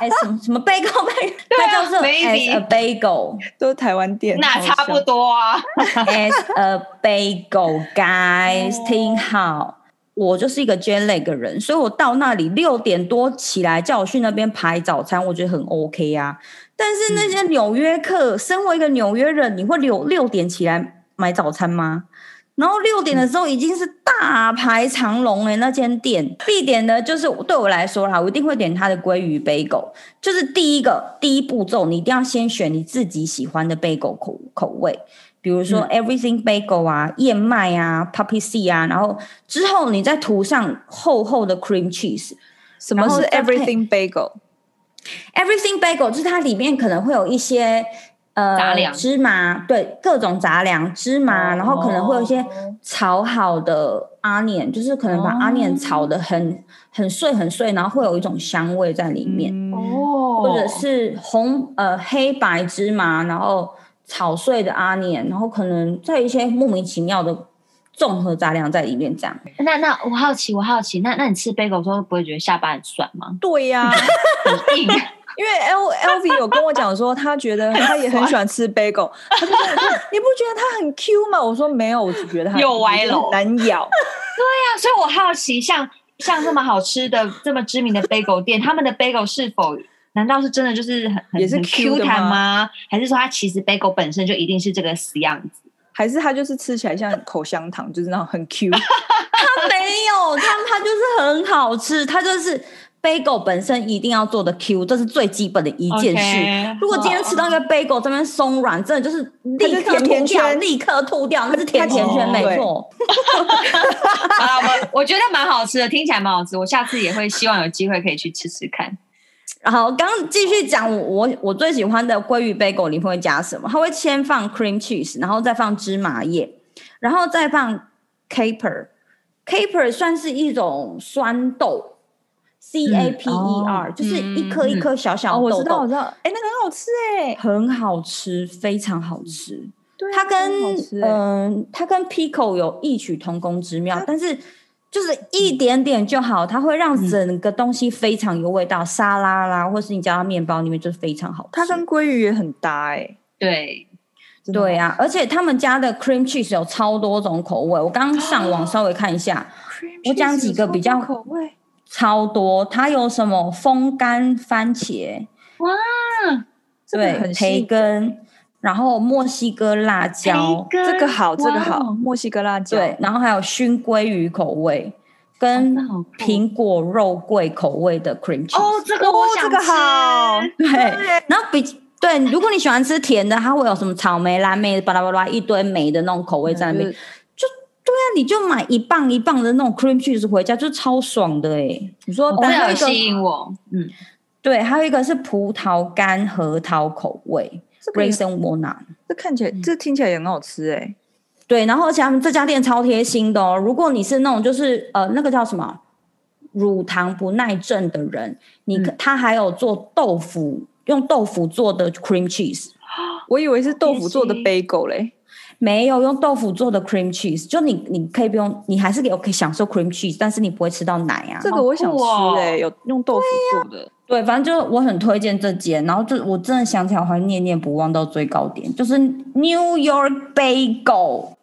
Speaker 3: as 什么什么 bagel，bagel，
Speaker 1: 对啊
Speaker 3: 它叫做呃
Speaker 1: maybe
Speaker 3: as a bagel，as
Speaker 2: 都是台湾店，
Speaker 1: 那
Speaker 2: 好
Speaker 1: 差不
Speaker 2: 像。
Speaker 1: 多啊。
Speaker 3: a bagel guys，
Speaker 1: 哦
Speaker 3: 听好。我就是一个 j e l 的人，所以我到那里六点多起来，叫我去那边排早餐，我觉得很 OK 啊。但是那些纽约客，身为一个纽约人，你会六六点起来买早餐吗？然后六点的时候已经是大排长龙哎、那间店必点的就是对我来说啦，我一定会点它的鲑鱼杯狗，就是第一个第一步骤，你一定要先选你自己喜欢的杯狗口口味，比如说 Everything Bagel 啊、燕麦啊、Puppy C 啊，然后之后你再涂上厚厚的 cream cheese。
Speaker 2: 什么
Speaker 3: 然后
Speaker 2: 是
Speaker 3: 再配
Speaker 2: everything bagel？
Speaker 3: Everything Bagel 就是它里面可能会有一些呃
Speaker 1: 杂粮
Speaker 3: 芝麻，对，各种杂粮、芝麻，
Speaker 2: 哦
Speaker 3: 啊然后可能会有一些炒好的 onion，就是可能把
Speaker 2: 哦
Speaker 3: onion 炒的很很碎很碎，然后会有一种香味在里面，
Speaker 2: 嗯，
Speaker 1: 哦
Speaker 3: 或者是红呃黑白芝麻，然后炒碎的 onion，然后可能在一些莫名其妙的综合杂粮在里面这样。
Speaker 1: 那那我好奇，我好奇，那那你吃 bagel 的时候不会觉得下巴很酸吗？
Speaker 2: 对呀、
Speaker 1: 很硬，
Speaker 2: 因为 L L V 有跟我讲说，他觉得他也很喜欢吃 bagel，他就跟我说你不觉得它很 Q 吗？我说没有，我只觉得它
Speaker 1: 又歪楼
Speaker 2: 很难咬。
Speaker 1: 那所以我好奇，像像这么好吃的、这么知名的 bagel 店，他们的 bagel 是否难道是真的就是很很
Speaker 2: 也是
Speaker 1: 很
Speaker 2: Q 的吗
Speaker 1: 弹吗？还是说它其实 bagel 本身就一定是这个死样子？
Speaker 2: 还是它就是吃起来像口香糖，就是那种很 Q。
Speaker 3: 没有，它它就是很好吃，它就是 bagel 本身一定要做的 Q，这是最基本的一件事。
Speaker 1: OK，
Speaker 3: 如果今天吃到一个 bagel 这边松软，真的就是立刻
Speaker 2: 它就是
Speaker 3: 吐
Speaker 2: 甜甜
Speaker 3: 掉，
Speaker 2: 圈
Speaker 3: 立刻吐掉，那是甜甜圈，
Speaker 1: 哦
Speaker 3: 没错。
Speaker 1: 啊，我我觉得蛮好吃的，听起来蛮好吃，我下次也会希望有机会可以去吃吃看。
Speaker 3: 然后刚刚继续讲我我我最喜欢的鲑鱼 bagel 里面会加什么？它会先放 cream cheese，然后再放芝麻叶，然后再放 caper。caper 算是一种酸豆，C A P E R，、
Speaker 2: 哦
Speaker 3: 就是一颗一颗小小
Speaker 2: 哦，
Speaker 3: 的豆
Speaker 2: 我知道，
Speaker 3: 豆
Speaker 2: 我，知道，哎、那个很好吃哎、
Speaker 3: 很好吃，非常好吃。
Speaker 2: 对啊
Speaker 3: 它跟
Speaker 2: 很好
Speaker 3: 嗯、
Speaker 2: 吃哎
Speaker 3: 它跟 Pico 有异曲同工之妙，但是就是一点点就好，它会让
Speaker 2: 嗯
Speaker 3: 整个东西非常有味道，沙拉啦，或是你加到面包里面就是非常好吃。
Speaker 2: 它跟鲑鱼也很搭哎、
Speaker 1: 对，
Speaker 2: 真的
Speaker 3: 对
Speaker 2: 好
Speaker 3: 啊，而且他们家的 cream cheese 有超多种口味，我刚上
Speaker 2: 哦
Speaker 3: 网稍微看一下，
Speaker 2: 吃，
Speaker 3: 我讲几个比较
Speaker 2: 有超多口味，
Speaker 3: 超多，它有什么风干番茄，
Speaker 2: 这个
Speaker 3: 对
Speaker 2: 很，吸
Speaker 3: 培
Speaker 2: 引
Speaker 3: 根，然后墨西哥辣椒，
Speaker 2: 这个好，这个
Speaker 1: 哇
Speaker 2: 好，
Speaker 1: 哦
Speaker 2: 墨西哥辣椒，
Speaker 3: 对，，然后还有熏鲑鱼口味跟
Speaker 1: 那好酷
Speaker 3: 苹果肉桂口味的 cream cheese。
Speaker 1: 哦，这个
Speaker 2: 哦
Speaker 1: 我想
Speaker 2: 这
Speaker 1: 吃，
Speaker 2: 个好
Speaker 3: 对，然后比对，如果你喜欢吃甜的，它会有什么草莓、蓝莓、巴拉巴拉一堆莓的那种口味在那边。
Speaker 2: 就
Speaker 3: 对
Speaker 2: 是
Speaker 3: 啊，你就买一磅一磅的那种 cream cheese 回家，就超爽的哎、
Speaker 2: 你说
Speaker 1: 哦
Speaker 3: 但
Speaker 1: 这
Speaker 3: 还有
Speaker 1: 个有
Speaker 3: 一个
Speaker 1: 吸引我，嗯，
Speaker 3: 对，还有一个是葡萄干核桃口味
Speaker 2: 这个也
Speaker 3: raisin walnut。
Speaker 2: 这看起来，这听起来也很好吃哎，
Speaker 3: 对，然后而且他们这家店超贴心的哦。如果你是那种就是呃那个叫什么乳糖不耐症的人，你
Speaker 2: 嗯
Speaker 3: 可、他还有做豆腐，用豆腐做的 cream cheese，
Speaker 2: 我以为是豆腐做的
Speaker 1: 贴心
Speaker 2: bagel 嘞，
Speaker 3: 没有用豆腐做的 cream cheese，就你你可以不用，你还是有可以享受 cream cheese，但是你不会吃到奶啊。
Speaker 2: 这个我想
Speaker 1: 好酷哦
Speaker 2: 吃哎，有用豆腐做的，
Speaker 3: 对，反正就是我很推荐这间，然后就我真的想起来，我还念念不忘到最高点，就是 New York Bagel。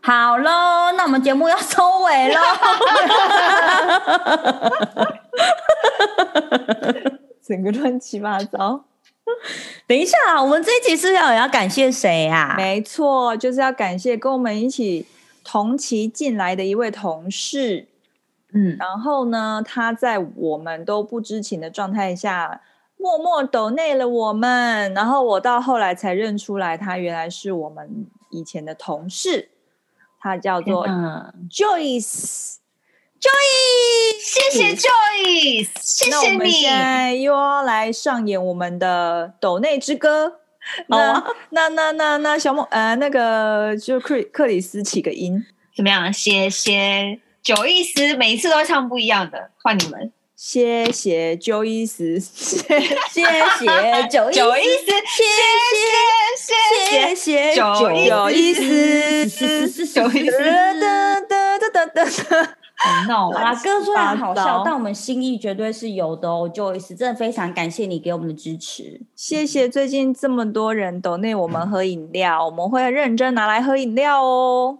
Speaker 3: 好喽，那我们节目要收尾喽。
Speaker 2: 整个乱七八糟。
Speaker 3: 等一下啊，我们这一集是要要感谢谁呀、
Speaker 2: 没错，就是要感谢跟我们一起同期进来的一位同事。
Speaker 1: 嗯，
Speaker 2: 然后呢，他在我们都不知情的状态下，默默抖内了我们。然后我到后来才认出来，他原来是我们以前的同事，他叫做
Speaker 1: 嗯，
Speaker 2: Joyce。
Speaker 1: 谢谢 Joyce，谢
Speaker 2: 那我
Speaker 1: 谢
Speaker 2: 们
Speaker 1: 你
Speaker 2: 现。在又要来上演我们的抖内之歌。
Speaker 3: 好啊
Speaker 2: 那，那那那那小梦呃，那个就克里克里斯起个音。
Speaker 1: 怎么样？谢谢九意思，每一次都唱不一样的，换你们。
Speaker 2: 谢谢九一十，
Speaker 3: 谢谢九一
Speaker 1: 九意思，谢谢
Speaker 3: 谢谢九
Speaker 1: 九
Speaker 2: 有意
Speaker 3: 思
Speaker 2: 思，
Speaker 3: 九一四
Speaker 2: 哒哒哒哒哒。
Speaker 1: 好闹
Speaker 3: 啊，
Speaker 1: 啊！
Speaker 3: 歌虽然好
Speaker 2: 八
Speaker 3: 笑
Speaker 2: 糟，
Speaker 3: 但我们心意绝对是有的哦。Joyce，真的非常感谢你给我们的支持。
Speaker 2: 谢谢最近这么多人抖内我们喝饮料，我们会认真拿来喝饮料哦。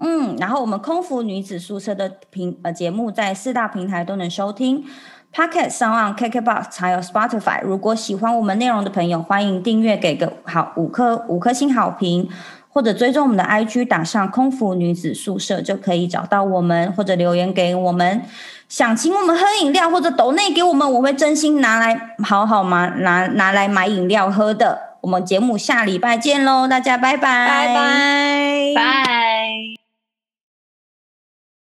Speaker 3: 嗯，然后我们空服女子宿舍的平呃节目在四大平台都能收听，Pocket、s o n KKBox 还有 Spotify。如果喜欢我们内容的朋友，欢迎订阅，给个好五颗五颗星好评，或者追踪我们的 IG，打上空服女子宿舍就可以找到我们，或者留言给我们。想请我们喝饮料或者抖内给我们，我会真心拿来好好嘛拿拿来买饮料喝的。我们节目下礼拜见喽，大家拜拜，
Speaker 2: 拜拜，
Speaker 1: 拜。